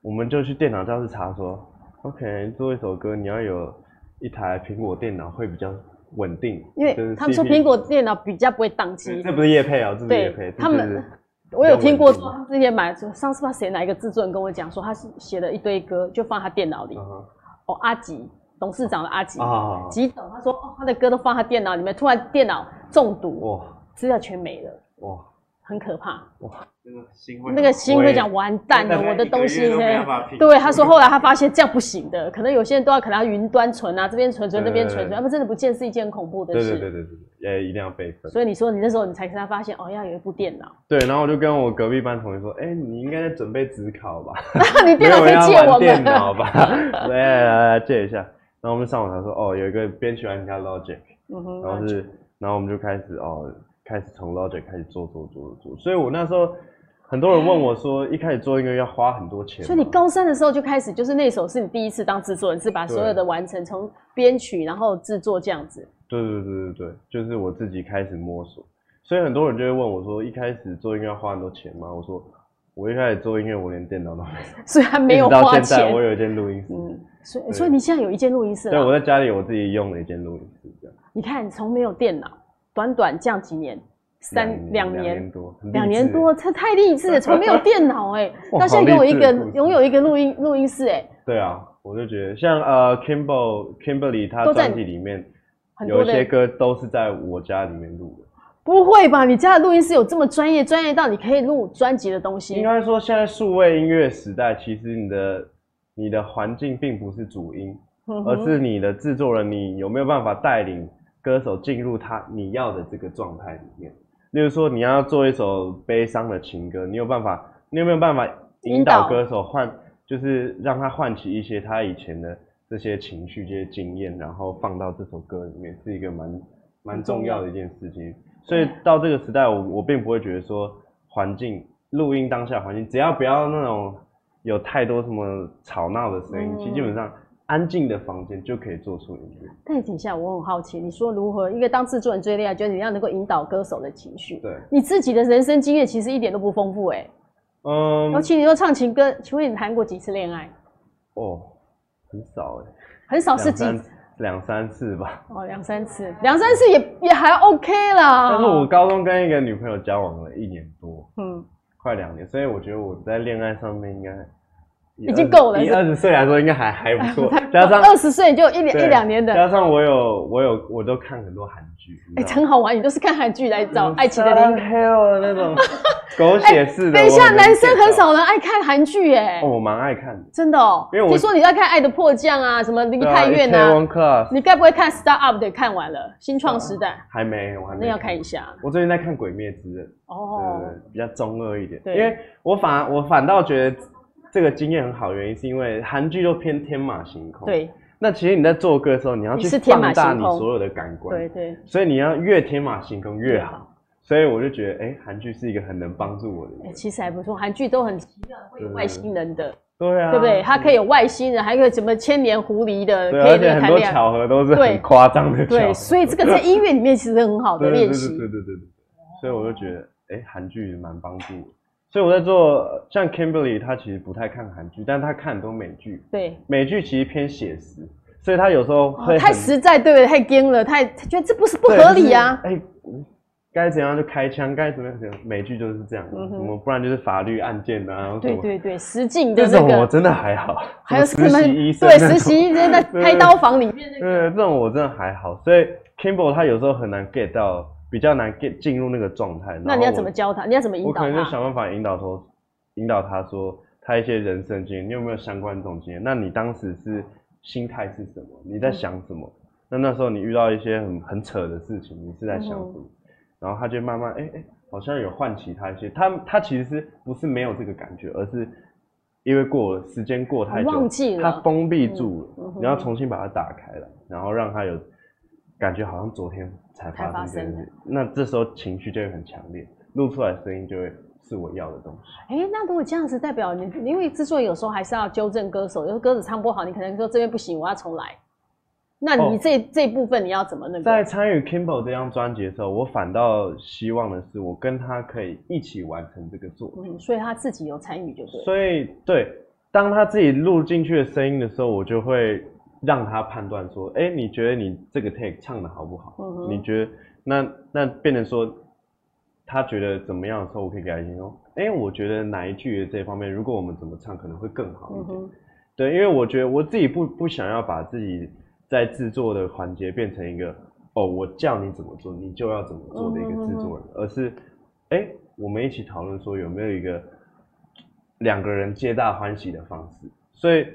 我们就去电脑教室查说，OK，做一首歌你要有一台苹果电脑会比较稳定，
因
就
为
是
他们说
CPU
苹果电脑比较不会宕
对
机
这。不是叶配哦、这不是
对
叶配，这
他们
就是
我有听过
比较稳定
说，之前买上次不知道谁哪一个制作人跟我讲说，他是写了一堆歌，就放他电脑里。
嗯哼
哦，阿吉，董事长的阿吉，
啊，
吉董，他说哦，他的歌都放他电脑里面，突然电脑中毒，
哇
资料全没了。
哇，
很可怕。
那个心会
那个心会讲
灰
完蛋了
大，概
我的
一个
东西
月都没
嘿
办法平
对，他
复
说后来他发现这样不行的，可能有些人都要可能要云端存啊，这边存存，
对
那边存
对对
存，他们真的不见是一件恐怖的
对
事。
对对对对，也一定要备份。
所以你说你那时候你才才发现哦，要有一部电 脑，
对，然后我就跟我隔壁班同学说，哎、你应该在准备职考吧？
你电脑可
没
以
有人
借
要
我
玩电脑
们。
吧？ 来来来来借一下。然后我们上网查说，哦，有一个编曲玩家 Logic，
嗯
然后
哼，
是，然后我们就开始哦，开始从 Logic 开始做做做做。所以我那时候很多人问我说，一开始做音乐要花很多钱吗，
所以你高三的时候就开始，就是那首是你第一次当制作人，是把所有的完成，从编曲然后制作这样子。
对对对对对，就是我自己开始摸索，所以很多人就会问我说，一开始做音乐要花很多钱吗？我说我一开始做音乐，我连电脑都没有，
虽然没有
一直到
花
现在
钱
我，有一间录音室，
嗯，所以
对
所以你现在有一间录音室
对，我
了。
在家里我自己用了一间录音室，这样
你看，你从没有电脑，短短这样几年，三两
两年
年
年多，很励
两年
志
多，这太励志 了，从没有电脑哎、
哇
到现在拥有一个
好励志的故事
拥有一个录音录音室哎、
对啊，我就觉得像呃 Kimball Kimberly 他
都在
专辑里面
很
有
多
一些
的
歌都是在我家里面录的。
不会吧？你家的录音室有这么专业，专业到你可以录专辑的东
应
西？
该说现在数位音乐时代，其实你的你的环境并不是主音，
嗯
而
哼
哦是你的制作人你有没有办法带领歌手进入他你要的这个状态里面。例如说你要做一首悲伤的情歌，你有办法，你有没有办法引
引
导
导
歌手唤，就是让他唤起一些他以前的这些情绪、这些经验，然后放到这首歌里面，是一个蛮蛮重要的一件事情。所
哦
以到这个时代，我我并不会觉得说环境录音当下环境，只要不要那种有太多什么吵闹的声音，
嗯
其实基本上安静的房间就可以做出音乐。
但底下我很好奇，你说如何一个当制作人最厉害，就是你要能够引导歌手的情绪。
对，
你自己的人生经验其实一点都不丰富哎、
嗯
尤，其你又唱情歌，请问你谈过几次恋爱？
哦，很少哎、
很少哦是
两
几
三两三次吧。
哦，两三次，两三次也也还 OK 啦。
但是我高中跟一个女朋友交往了一年多，
嗯，
快两年，所以我觉得我在恋爱上面应该
已经够了
以
是
二十岁来说应该还还不 错，加上
二十岁你就有一两
对
一两年的，
加上我有我有我都看很多韩剧，
哎、
你知道吗
很好玩，你都是看韩剧来
嗯
找爱情的灵
那
感
种。Silent Hill 啊那 种狗血式的。
等一
我
下，
能
男生
get
很
到。
少人爱看韩剧耶
哦，，我蛮爱看的。
真的哦。
因为我
听说你在看《爱的迫降》啊，什么《梨泰院》
对
啊，
，Itaewon Class
你该不会看《Star Up》的？看完了，《新创时代
还没，我还》没。
那要看一。下
我最近在看《鬼灭之刃》，
哦
对。对对，比较中二一点。
对
因为我反我反倒觉得这个经验很好，原因是因为韩剧都偏天马行空。。
对
那其实你在做歌的时候，你要
你
去
是天
放
马
大
行
你
空
所有的感官。
对嗯对，
所以你要越天马行空越
越
好。所以我就觉得，哎、韩剧是一个很能帮助我的
哎
人。
其实还不错，韩剧都很奇妙，会有
对
外星人的，
对啊，
对不对？它可以有外星人，还可以什么千年狐狸的，
对，啊
可
而
以
且很
谈
多
恋爱。
巧合都是
对
很夸张的巧合。
对，所以这个在音乐里面其实很好的
对对
练
对
习
对。对对对对。所以我就觉得，哎、韩剧蛮帮助我。所以我在做呃像 Kimberly，她其实不太看韩剧，但她看很多美剧。
对，
美剧其实偏写实，所以她有时候
哦
会、很
太实在，对不对？太硬了，太觉得这不是不
对
合理啊。
就是哎、该怎样就开枪，该怎么样怎么样，美剧就是这样。
嗯哼
什么不然就是法律案件啊，什
对
么
对对，实境的
这
那
种我
个，
真的还好，
还有
什
什
么
么
实习医生
对
那
实
种
习生在
对
开刀房里面那个，
对，这种我真的还好，所以 Kimbo 他有时候很难 get 到，比较难 get 进入那个状态。然
那
后
你要
我
怎么？教他？你要怎么引
我
导
可能就
他？
想办法引导说，引导他说他一些人生经验，你有没有相关这种经验？那你当时是心态是什么？你
嗯
在想什么？那那时候你遇到一些很很扯的事情，你是在想什么？
嗯
然后他就慢慢哎哎、好像有唤起他一些，他他其实是不是没有这个感觉，而是因为过了时间过太久，
忘记了
他封闭住了，
嗯嗯哼
你要重新把它打开了，然后让他有感觉好像昨天才
才
发
发
生
生
这
的
件事，那这时候情绪就会很强烈，录出来的声音就会是我要的东西。
哎、那如果这样子，代表你，因为制作人有时候还是要纠正歌手，有时候歌手唱不好，你可能说这边不行，我要重来。那
哦
你这、这部分你要怎么那
在
个？
参与 Kimbo 这张专辑的时候，我反倒希望的是，我跟他可以一起完成这个作品。
嗯，所以他自己有参与就对了。
所以对，当他自己录进去的声音的时候，我就会让他判断说，哎、你觉得你这个 take 唱的好不好？
嗯哼
你觉得那那变成说，他觉得怎么样的时候，我可以给他一些说，哎、我觉得哪一句的这方面，如果我们怎么唱可能会更好一
嗯
点。
哼，
对，因为我觉得我自己不不想要把自己在制作的环节变成一个哦，我叫你怎么做，你就要怎么做的一个制作人，而是哎、我们一起讨论说有没有一个两个人皆大欢喜的方式。所以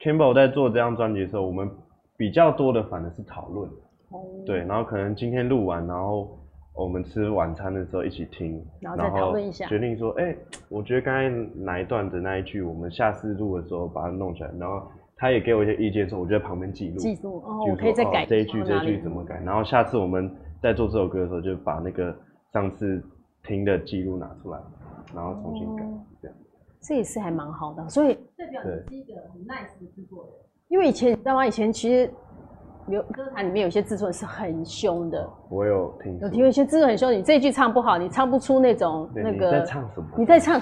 Campbell 在做这张专辑的时候，我们比较多的反而是讨论，
哦，
对，然后可能今天录完，然后我们吃晚餐的时候一起听，
然后再讨论一下
决定说，哎、我觉得刚才哪一段的那一句，我们下次录的时候把它弄起来，然后他也给我一些意见的时候，我就在旁边记录，
记住哦，
就
我
是
可以
说
再
哦
改
这一句，
到
这
哪
一句
里
怎么改？然后下次我们在做这首歌的时候，就把那个上次听的记录拿出来，然后重新改，
哦
这样。
这也是还蛮好的，啊所以
代表
对
你是一个很 nice 的制作人。
因为以前你知道吗？以前其实有歌坛里面有些制作人是很凶的，
我有听说，
有听有些制作人很凶，你这句唱不好，你唱不出那种
对
那
你在
个，
唱什么？
你在唱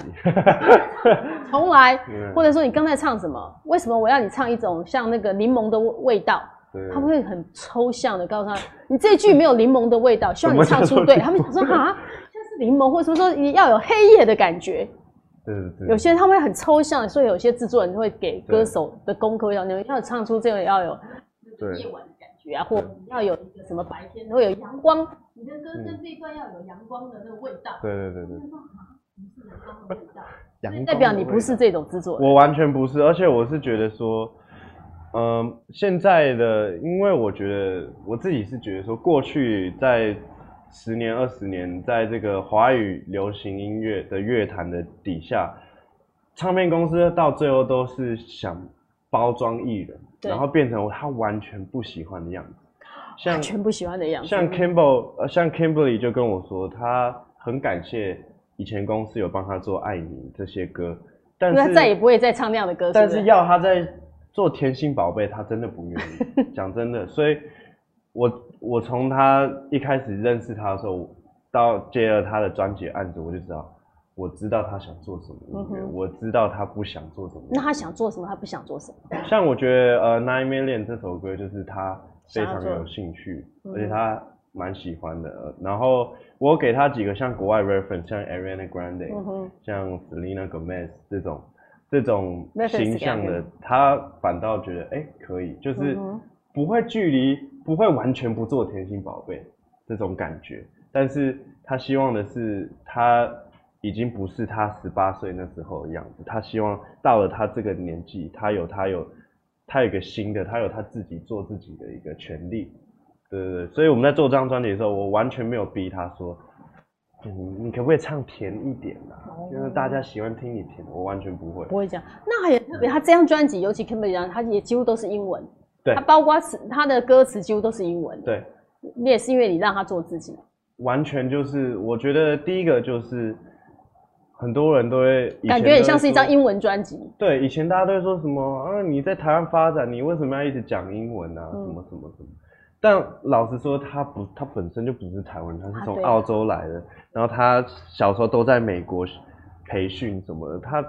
重来，
嗯，
或者说你刚才唱什么？为什么我要你唱一种像那个柠檬的味道？
对
他们会很抽象的告诉他，你这句没有柠檬的味道，希望你唱出对。他们想说啊，像是柠檬，或者说你要有黑夜的感觉。
对对对，
有些他们会很抽象，所以有些制作人会给
对
歌手的功课要，你们要唱出这个要有
对
夜晚的感觉，
觉啊，或
对
要有一个什么白天会有阳光，
你的歌声这一段要有阳光的那个味道。
对对对对，
就是说啊，不是阳光的味道，
阳光
代表你
的味
不是
道
这种制作人。
我完全不是，而且我是觉得说，嗯、现在的，因为我觉得我自己是觉得说，过去在十年、二十年，在这个华语流行音乐的乐坛的底下，唱片公司到最后都是想包装艺人，
对
然后变成他完全不喜欢的样子，像
完全不喜欢的样子。
像 Campbell，呃，像 Kimberly 就跟我说，他很感谢以前公司有帮他做《爱你》这些歌，但
因为他
是
再也不会再唱那样的歌，
但
是不
是
是
要他在做甜心宝贝，他真的不愿 意。讲真的，所以我我从他一开始认识他的时候，到接了他的专辑案子，我就知道，我知道他想做什么音乐，
嗯哼
我知道他不想做什么音乐。
那他想做什么，他不想做什么。
像我觉得呃《Nine Million》这首歌就是他非常
想要
有
做
兴趣，
嗯
而且他蛮喜欢的。呃然后我有给他几个像国外 reference，像 Ariana Grande，、
嗯哼，
像 Selena Gomez 这种这种
Reference
形象
给
的
他，
他反倒觉得哎、可以，就是
嗯哼
不会距离，不会完全不做甜心宝贝这种感觉，但是他希望的是他。已经不是他十八岁那时候的样子，他希望到了他这个年纪，他有他有他有一个新的，他有他自己做自己的一个权利，对对对，所以我们在做这张专辑的时候，我完全没有逼他说，嗯，你可不可以唱甜一点啊？
哦
就是大家喜欢听你甜的，我完全不会。
不会这样。那还有特别，他这张专辑，尤其 Kimberly 张，他也几乎都是英文。
对
他包括词，他的歌词几乎都是英文。，
对，
你也是因为你让他做自己。
完全就是，我觉得第一个就是很多人都会以前
感觉很
都会
像是一张
说
英文专辑。
对，以前大家都会说什么啊，你在台湾发展，你为什么要一直讲英文啊？
嗯
什么什么什么。但老实说，他不，他本身就不是台湾人，他
啊
是从
对
澳洲来的。然后他小时候都在美国培训什么的，他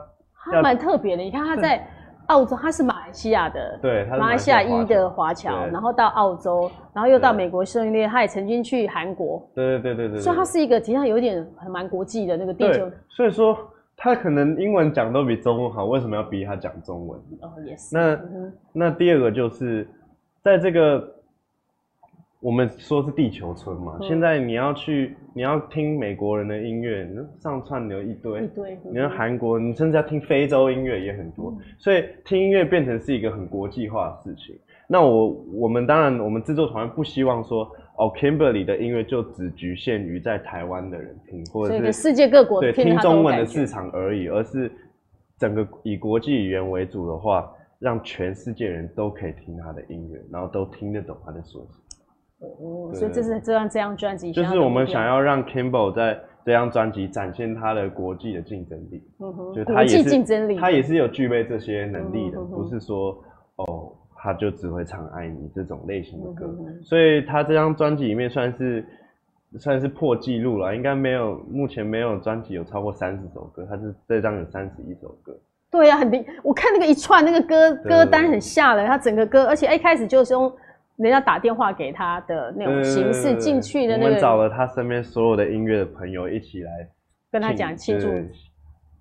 他蛮特别的，你看他在澳洲，他是马来西亚的，
对他是
马来西亚
华
裔
侨
的华侨，
对
然后到澳洲，然后又到
对
美国训练，他也曾经去韩国，
对对对对对对，
所以他是一个其实他有一点很蛮国际的那个地球
对，，所以说他可能英文讲都比中文好，为什么要逼他讲中文？
哦也是。
那
嗯哼
那第二个就是在这个我们说是地球村嘛，
嗯
现在你要去你要听美国人的音乐，你上串流一堆
一，堆，嗯
你看韩国，你甚至要听非洲音乐也很多，所以听音乐变成是一个很国际化的事情。那我我们当然，我们制作团队不希望说哦，Kimberly 的音乐就只局限于在台湾的人听，或
所以
者
给
是
世界各国
对
骗
听
他
中文
这种感
的
觉
市场而已，而是整个以国际语言为主的话，让全世界人都可以听他的音乐，然后都听得懂他在说什么。
哦，
对
所以这是这张这张专辑，
就是我们想，要让 Kimbo 在这张专辑展现他的国际的竞争力。
嗯哼
就，他
国
也
际
是
竞争力，
他也是有具备这些能力的，
嗯哼哼
不是说哦，他就只会唱《爱你》这种类型的歌，
嗯哼哼
所以他这张专辑里面算是算是破纪录了，应该没有目前没有专辑有超过三十首歌，他是这张有三十一首歌，
对呀、很厉。我看那个一串那个歌
对
歌单很吓人，他整个歌，而且一开始就是用人家打电话给他的那种形式进去的
我
那
们找
个，
了他身边所有的音乐的朋友一起来
跟他讲庆祝，
对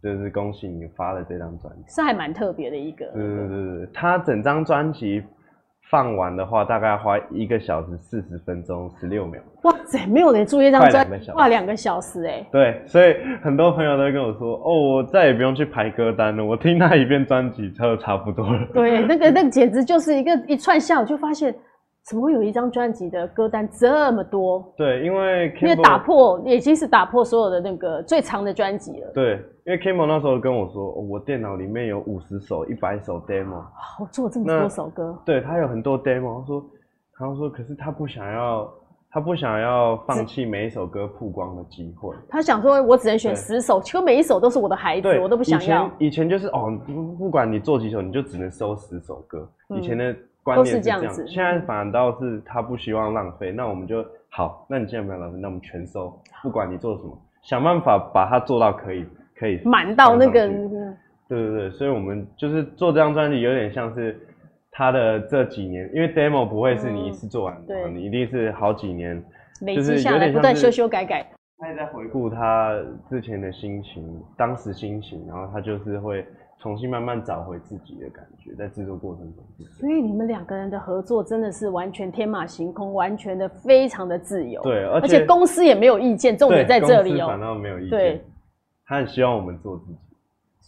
就是恭喜你发了这张专辑。
是还蛮特别的一个。
对对对对，他整张专辑放完的话，大概要花一个小时四十分钟十六秒。
哇塞，没有人作业这样
快
专
两个小时
画两个小时哎、
对，所以很多朋友都会跟我说，哦，我再也不用去排歌单了，我听那一遍专辑就差不多了。
对，那个那个简直就是一个一串下，我就发现怎么会有一张专辑的歌单这么多？
对，因为
因
Kimbo,
为打破已经是打破所有的那个最长的专辑了。
对，因为 Kimbo 那时候跟我说，哦我电脑里面有五十首、一百首 demo，
哇我做了这么
那
多首歌，
对他有很多 demo，他说，他说，可是他不想要，他不想要放弃每一首歌曝光的机会。
他想说我只能选
对
十首，结果每一首都是我的孩子，
对，
我都不想要。
以前以前就是哦，不不管你做几首，你就只能收十首歌。
嗯
以前的观
都
念
是这样
这
子
现在
嗯
反倒是他不希望浪费，那我们就好，那你既然没有浪费，那我们全收，不管你做什么，想办法把它做到可以可以
满到那个
放上去对对对，所以我们就是做这张专辑，有点像是他的这几年，因为 demo 不会是你一次做完的嘛，
嗯对
你一定是好几年。
累
就是有
积下来，
点
不断
像
修
是
修改改。
他也在回顾他之前的心情，当时心情，然后他就是会重新慢慢找回自己的感觉，在制作过程中是这样。
所以你们两个人的合作真的是完全天马行空，完全的非常的自由。，
对，而
而且公司也没有意见，重点在
对
这里
公司
哦
反、倒没有意
对
见，他很希望我们做自己。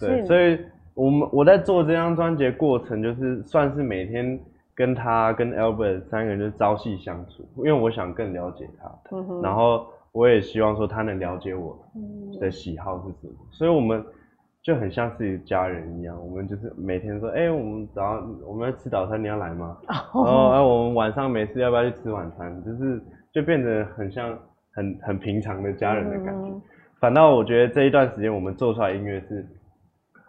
对，
是
所以我们我在做这张专辑的过程，就是算是每天跟他跟 Albert 三个人就是朝夕相处，因为我想更了解他，
嗯哼
然后我也希望说他能了解我
嗯
的喜好是什么，所以我们就很像是家人一样，我们就是每天说，哎、我们早上我们要吃早餐，你要来吗？
哦
然后哎、我们晚上没事，要不要去吃晚餐？就是就变得很像很很平常的家人的感觉。
嗯
反倒我觉得这一段时间我们做出来的音乐是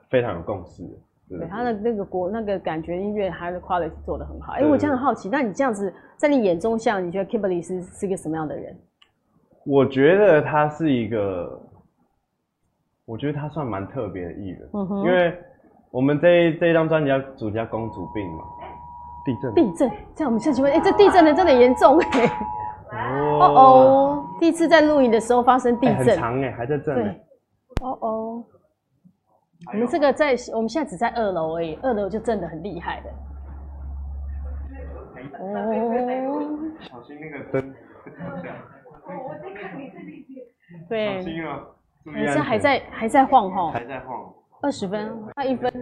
非常有共识的。对
对
对
他的那个国那个感觉音乐，他的 quality 做的很好。哎、
对
我
对
这样
对
好奇，那你这样子，在你眼中像，你觉得 Kimberly 是是一个什么样的人？
我觉得他是一个，我觉得他算蛮特别的艺人，
嗯哼
因为我们这一这一张专辑叫主叫公主病嘛，地震。
地震，这样我们下去问，哎、这地震呢真的严重哎、哦
哦
哦，第一次在录影的时候发生地
哎很
震，
长哎，还在震
对
哎。，
哦哦。我们这个在我们现在只在二楼而已，二楼就震得很厉害的。哦，
小心那个灯。
我在看你这里写，
对，
哦，注意
可
安
是
全
还在还在晃吼，
还在晃，
二十分，快一分。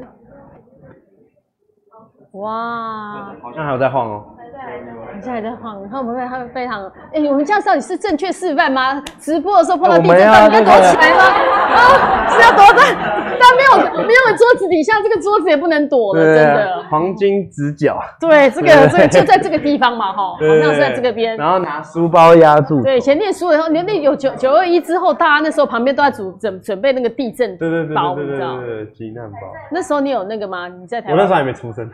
哇，
好像还有在晃哦。
还在还在。
你现在还在晃，你看我们会他非常，哎、我们这样到底是正确示范吗？直播的时候碰到地震，
我们
到
要
底要
这个
躲起来吗？啊，是要躲在，但没有没有桌子底下，这个桌子也不能躲了，
啊
真的。
黄金直角。
对，这个这个
对
就在这个地方嘛，哈，好像是在这个边。
然后拿书包压住。
对，以前念书的时候，你那有九九二一之后，大家那时候旁边都在准准准备那个地震
对对对
包，
对
你
对
知道
对？对对，急难包。
那时候你有那个吗？你在台
我那时候
湾？
还没出生，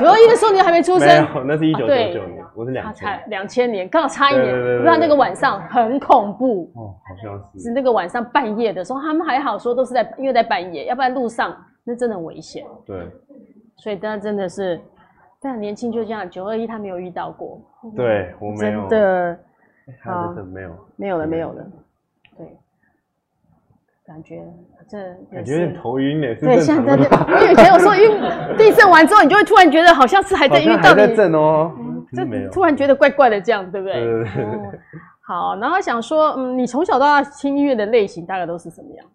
九二一的时候你还没出
没
生，
有，那是一九九
对
九年，我是
他
两
才
千。
两千年，刚好差一
对
年
对对。对
不然那个晚上很恐怖，
哦，好像
是
是。
那个晚上半夜的时候，他们还好说都是在因为在半夜，要不然路上那真的很危险。
对
所以大家真的是非常年轻就这样，九二一他没有遇到过，
对，我没有
真。的
还有在这没有，
没有了，没有了。对，感觉这也
感觉有点
是。
头晕呢，是
对，
正
现
常
在
的
真的
吗？，
因为以前有时候因为 地震完之后，你就会突然觉得好像是还
好
在遇
像
到
还在
你，
震哦，可是没
就
有。
突然觉得怪怪的这样，对不
对
对？
对对对
哦好，然后想说，嗯，你从小到大听音乐的类型大概都是什么样？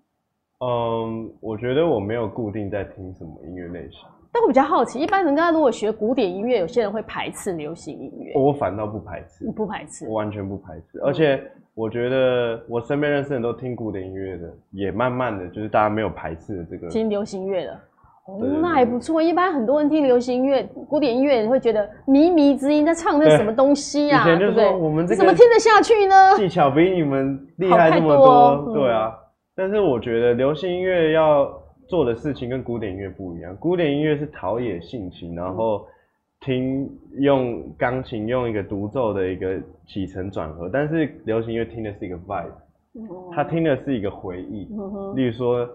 嗯，我觉得我没有固定在听什么音乐类型，
但我比较好奇，一般人家如果学古典音乐，有些人会排斥流行音乐，
我反倒不排斥
你，不排斥
我？完全不排斥，而且我觉得我身边认识很多听古典音乐的，也慢慢的就是大家没有排斥的这个，
听流行乐的。哦
对对，对
那还不错。一般很多人听流行音乐、古典音乐，你会觉得靡靡之音在唱那
对
什么东西啊？
以前就
对不对？
说我们这个
你怎么听得下去呢？
技巧比你们厉害这么
好太多嗯
多，对啊。但是我觉得流行音乐要做的事情跟古典音乐不一样，古典音乐是陶冶性情，然
嗯
后听用钢琴用一个独奏的一个起承转合，但是流行音乐听的是一个 vibe，它听的是一个回忆，
嗯哼，
例如说，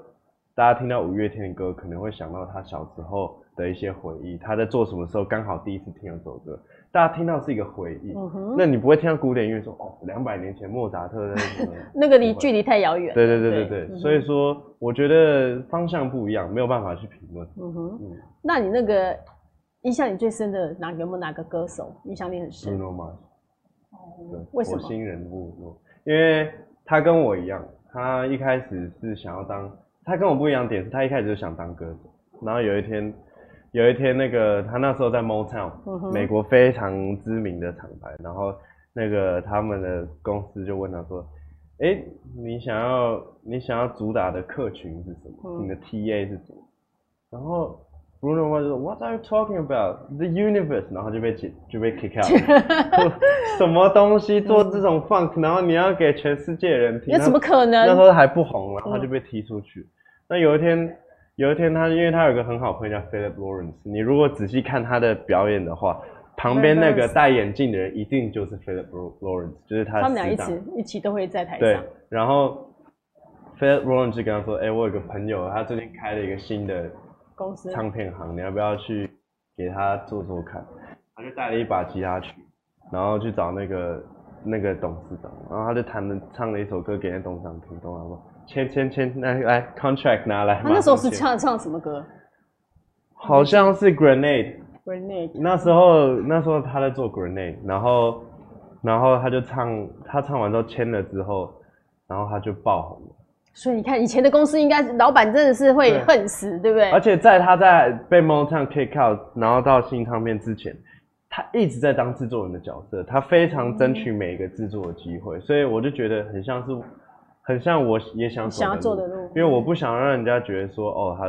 大家听到五月天的歌，可能会想到他小时候的一些回忆，他在做什么时候刚好第一次听了这首歌，大家听到是一个回忆。
嗯哼，
那你不会听到古典音乐说哦，两百年前莫扎特的什么
那个离距离太遥远。
对对对对
嗯
对，
哼
所以说我觉得方向不一样，没有办法去评论。
嗯哼
嗯，
那你那个印象你最深的哪有没有哪个歌手影响你很深？嗯
Bruno Mars，对，
为什么
火星人物诺，因为他跟我一样，他一开始是想要当，他跟我不一样的点是，他一开始就想当歌手，然后有一天，有一天那个他那时候在 Motown，、
嗯哼
美国非常知名的厂牌，然后那个他们的公司就问他说，哎、你想要你想要主打的客群是什么？
嗯
你的 TA 是什么？然后 Bruno Mars 就说 What are you talking about? The universe，然后就被解就被 kick out 了。 什么东西做这种 funk，、然后你要给全世界人听，
那怎么可
那时
能？
候还不红，然后就被踢出去。那有一天，有一天他因为他有个很好朋友叫 Philip Lawrence，你如果仔细看他的表演的话，旁边那个
Lawrence
戴眼镜的人一定就是 Philip Lawrence，就是他的
他们俩
死
一
党
起一起都会在台
对
上。，
然后 Philip Lawrence 就跟他说：“哎、我有个朋友，他最近开了一个新的
公司
唱片行，你要不要去给他做做看？”他就带了一把吉他去，然后去找那个那个董事长，然后他就弹了唱了一首歌给那董事长听，懂了吗？签签签，来来，contract 拿来。
他那时候是
马上签，
唱唱什么歌
好像是 Grenade，
？Renee
那时候那时候他在做 Grenade，然后然后他就唱，他唱完之后签了之后，然后他就爆红了。
所以你看，以前的公司应该是老板真的是会
对
恨死，对不对
而？且在他在被 Motown kick out，然后到新唱片之前，他一直在当制作人的角色，他非常争取每一个制作的机会，所以我就觉得很像是，很像我也想走
想要做的
路，
路，
因为我不想让人家觉得说，哦，他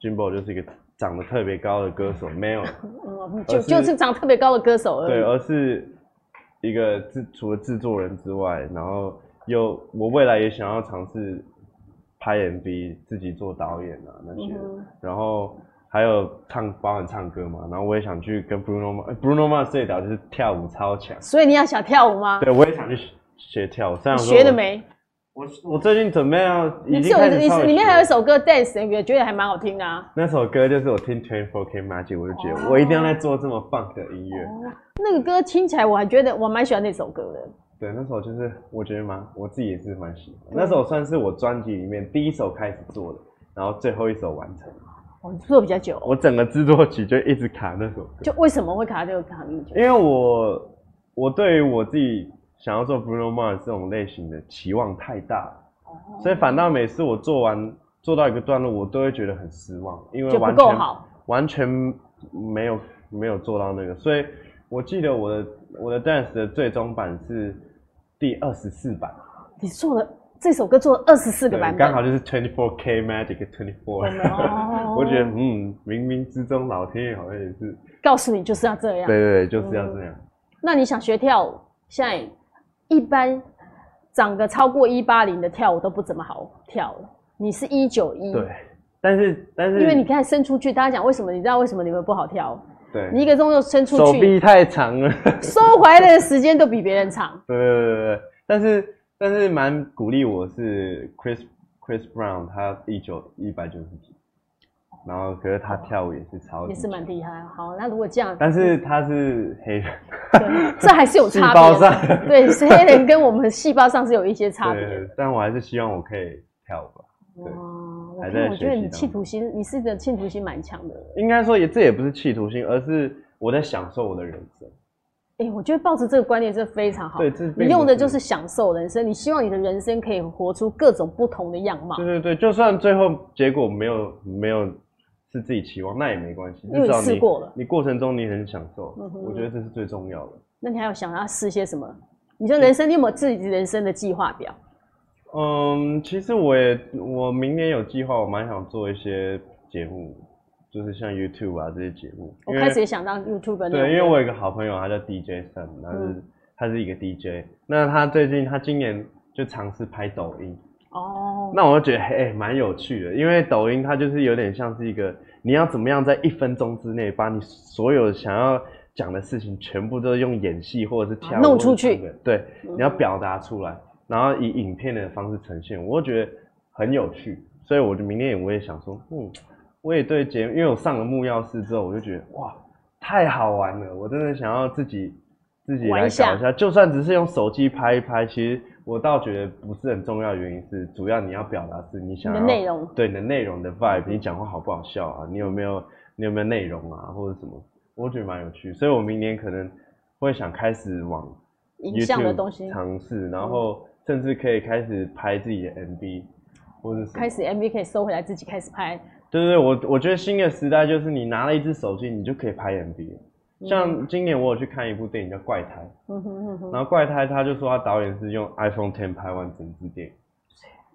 Jimbo 就是一个长得特别高的歌手，没有，
嗯，就
而是
就是长特别高的歌手而
对，
已。
而是一个制除了制作人之外，然后又我未来也想要尝试拍 MV，自己做导演啊那些
嗯
的。
哼，
然后还有唱包含唱歌嘛，然后我也想去跟 Bruno Mars- 呃 Bruno Mars 最早就是跳舞超强，
所以你要想跳舞吗？
对我也想去学学跳舞，虽然
你
说
学
我
了？没？
我我最近准备要已
你
经
只有
开
一
始
你
稍微
里面
学
还有一首歌 Dance，我觉得还蛮好听的啊。
那首歌就是我听 Twenty Four K Magic，我就觉
哦
得我一定要来做这么棒的音乐。
哦，那个歌听起来我还觉得我蛮喜欢那首歌的。
对，那首就是我觉得蛮我自己也是蛮喜欢，那首算是我专辑里面第一首开始做的，然后最后一首完成。
哦，你做得比较久哦，
我整个制作曲就一直卡那首歌。
就为什么会卡这个卡那么久？
因为我我对于我自己想要做 Bruno Mars 这种类型的期望太大了，
哦
所以反倒每次我做完做到一个段落，我都会觉得很失望，因为
就不
完
够
全
好。
完全没有没有做到那个，所以我记得我的我的 dance 的最终版是第二十四版，
你做了这首歌做了二十四个
对
版本，
刚好就是 twenty four K Magic twenty four，
哦
我觉得嗯，冥冥之中老天爷好像也是，
告诉你就是要这样。
对对对，
嗯
就是要这样。
那你想学跳舞，现在一般长个超过一八零的跳舞都不怎么好跳了。你是一九一，
对，但是但是
嗯因为你看伸出去，大家讲为什么？你知道为什么你们不好跳？
对
你一个动作伸出
手
去，
臂太长了。
收回来的时间都比别人长。
对对对对对，但是但是蛮鼓励我是 Chris Chris Brown，他一九一百九十几，然后可是他跳舞也是超级，
也是蛮厉害。啊好，那如果这样，
但是他是黑人，
对 这还是有
细
差
胞
别
上
的。，对，所以黑人跟我们细胞上是有一些差别的。
对，但我还是希望我可以跳舞吧。对
哇，我
还
看
在
我觉得
学习
你
当
企图心，你是个企图心蛮强的人。
应该说也这也不是企图心，而是我在享受我的人生。
哎、我觉得抱持这个观念是非常好。
对，这并
你
不
用的就是享受人生，你希望你的人生可以活出各种不同的样貌
对，对对，就算最后结果没有没有是自己期望，那也没关系，
因为
至少
你试
你
过了
你过程中你很享受，
嗯哼
我觉得这是最重要的。
那你还有想要试些什么？你说人生，你有没有自己人生的计划表？
嗯，其实我也我明年有计划，我蛮想做一些节目，就是像 YouTube 啊这些节目，
我
因
哦开
为
始也想当 YouTuber 那
对，因为
种
我有一个好朋友，他叫 DJ Sam，他是、
嗯
他是一个 DJ，那他最近他今年就尝试拍抖音，
哦，
那我就觉得哎蛮、有趣的，因为抖音它就是有点像是一个你要怎么样在一分钟之内把你所有想要讲的事情全部都用演戏或者是跳
啊
舞
弄
或者
出去
唱歌，对，
嗯
你要表达出来，然后以影片的方式呈现，我就觉得很有趣，所以我就明天我也想说，嗯，我也对节目，因为我上了木曜室之后，我就觉得哇，太好玩了，我真的想要自己自己来
玩
搞
一
一
下
下，就算只是用手机拍一拍，其实我倒觉得不是很重要的原因是，主要你要表达是你
你
想
的
要
内容。
对你的内容你的 vibe，你讲话好不好笑啊，你有没有你有没有内容啊，或者什么，我觉得蛮有趣，所以我明年可能会想开始往
影像的
YouTube
东西嗯
尝试，然后甚至可以开始拍自己的 MV，或者
开始 MV 可以收回来，自己开始拍。
对对对，我我觉得新的时代就是你拿了一只手机，你就可以拍 MV 了。
嗯
像今年我有去看一部电影叫《怪胎》，
嗯哼嗯哼，
然后《怪胎》他就说他导演是用 iPhone Ten 拍完整部电影。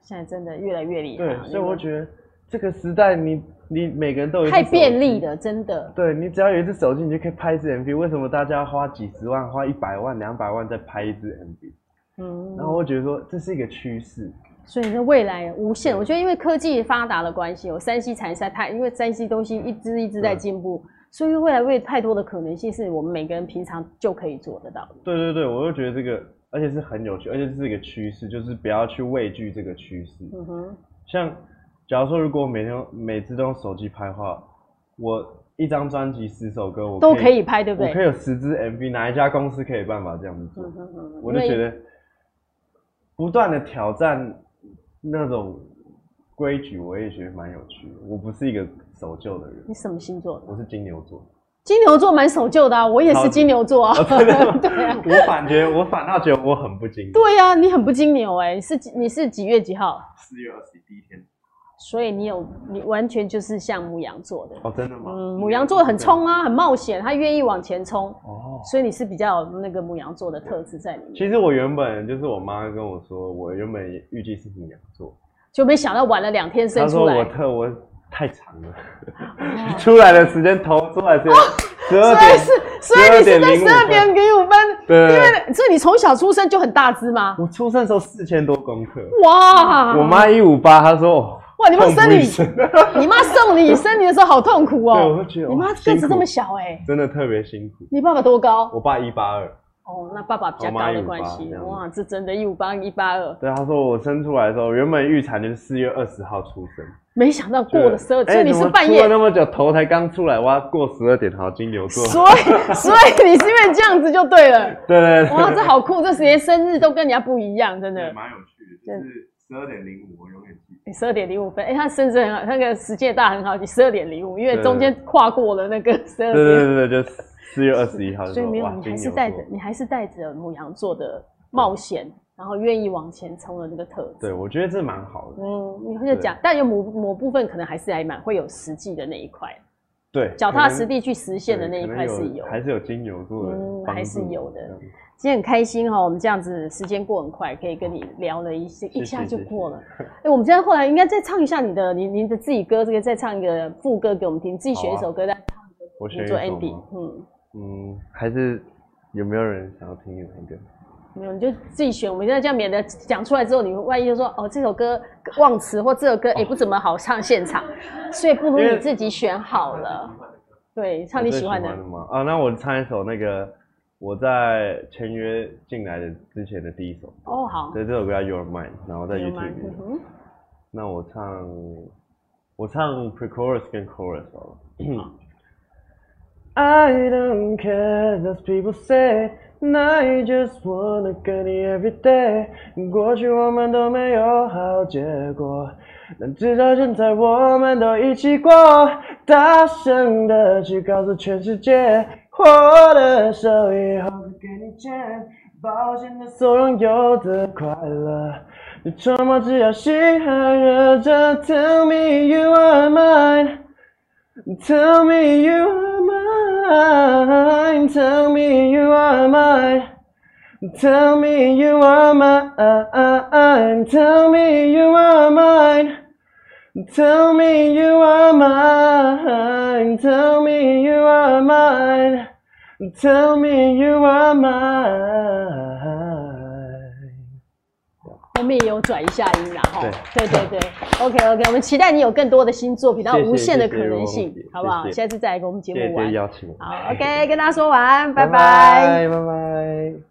现在真的越来越厉害
对
了，，
所以我
得
觉得这个时代你你每个人都有一只
太
手
便
机
利。了，真的。
对你只要有一只手机，你就可以拍一支 MV。为什么大家要花几十万、花一百万、两百万再拍一支 MV？
嗯，
然后我觉得说这是一个趋势，
所以说未来无限，我觉得因为科技发达的关系，我山西产业实在太，因为山西东西一支一支在进步，所以未来会有太多的可能性是我们每个人平常就可以做得到的。
对对对，我就觉得这个，而且是很有趣，而且这是一个趋势，就是不要去畏惧这个趋势。
嗯哼，
像假如说，如果我每天用每次都用手机拍的话，我一张专辑十首歌，我
都可以，拍，对不
我可以
对？
有十支 MV，哪一家公司可以办法这样子做？
嗯哼嗯哼
我就
因为
觉得不断的挑战那种规矩，我也觉得蛮有趣的。我不是一个守旧的人，
你什么星座的？
我是金牛 座。
金牛座蛮守旧的啊，我也
超
是
级
金牛座啊。
哦真的 吗
对啊，
我反觉我反倒觉得我很不金牛。
对啊，你很不金牛哎、是几你是几月几号？
四月二十第一天。
所以你有你完全就是像母羊座的，
哦，真的吗？
嗯，母羊座很冲啊，很冒险，他愿意往前冲，
哦。
所以你是比较有那个母羊座的特质在里面。
其实我原本就是我妈跟我说，我原本也预计是母羊座，
就没想到晚了两天
她
生
说
出
我
来，哦
特我太长了， 出来的时间头出来时间十二
所以
点，
是所以你是在
12.05
十二点零五分，
对
因
对对，
为所以你从小出生就很大只吗？
我出生的时候四千多公克，
哇！
我妈一五八，她说哦
哇，哦你妈
痛不
生
欲
你，
生
你妈送你生你的时候好痛苦
对，我
哦、
就觉得
你妈
哇
个
辛
子
苦
这么小哎、
真的特别辛苦。
你爸爸多高？
我爸一八二，
哦，那爸爸比较
我妈
高的
158
关系
这，样子
哇，这真的，一五八一八二，
对，她说我生出来的时候，原本预产就是四月二十号出生，
没想到过
觉得
了十二，
哎
所以你
怎
是
么
半
出
夜
了，那么久，头才刚出来，我要过十二点，好，金牛座，
所以所以你是因为这样子就对了，
对对对，
哇，这好酷，这连生日都跟人家不一样，真
嗯
的。
蛮有趣的，就是十二点零五，我永远记得。
你十二点零五分，哎、他甚至很好，那个时间也大很好，你十二点零五，因为
对
中间跨过了那个十二
对对
点，
对对，就四月二十一号 就
所以
说，
没有，
哇，
你
金
还是
牛
带着
座，
你还是带着母羊座的冒险，然后愿意往前冲的那个特质。
嗯对我觉得这蛮好的，
嗯，你会讲，但有某某部分可能还是还蛮会有实际的那一块，
对，
脚
可
踏
能
实地去实现的那一
对可
块
能
是有。
还是有金牛座的
嗯
帮
还是
助
有的
这样
今天很开心哈、哦，我们这样子时间过很快，可以跟你聊了一些，一下就过了。哎、我们现在后来应该再唱一下你的，你你的自己歌，这个再唱一个副歌给我们听，自己选一首歌，再
啊我选一
做
首
ending
吗。
嗯，
嗯，还是有没有人想要听哪一个？
没有，你就自己选。我们现在这样免得讲出来之后，你万一就说哦这首歌忘词，或这首歌也、不怎么好唱现场，所以不如
因为
你自己选好了。对，唱你
我最
喜欢的。
吗？啊，那我唱一首那个我在签约进来的之前的第一首歌。
哦，好。
对，这首歌叫《Your Mind》，然后在
有吗
YouTube 里
嗯
面。
哼
那我唱，我唱 pre-chorus 跟 chorus 好了。I don't care as people say, and I just wanna get it every day。过去我们都没有好结果，但至少现在我们都一起过。大声的去告诉全世界，我的手以后会给你牵，抱歉的所拥有的快乐。你沉默，只要心还热着。Tell me you are mine, Tell me you are mine, Tell me you are mine, Tell me you are mine, Tell me you are mine, Tell me you are mine, Tell me you are mine, Tell me you are mine。
后面也有转一下音啦，哈，对
对
对对，OK OK，我们期待你有更多的新作品，然后
谢谢
无限的
谢
可
谢
能
若
性
姐，
好不好？
谢谢
下次再来跟我们节
谢
目
谢
玩。
邀请我，
好，OK，跟大家说晚安，拜
拜
拜
拜拜拜。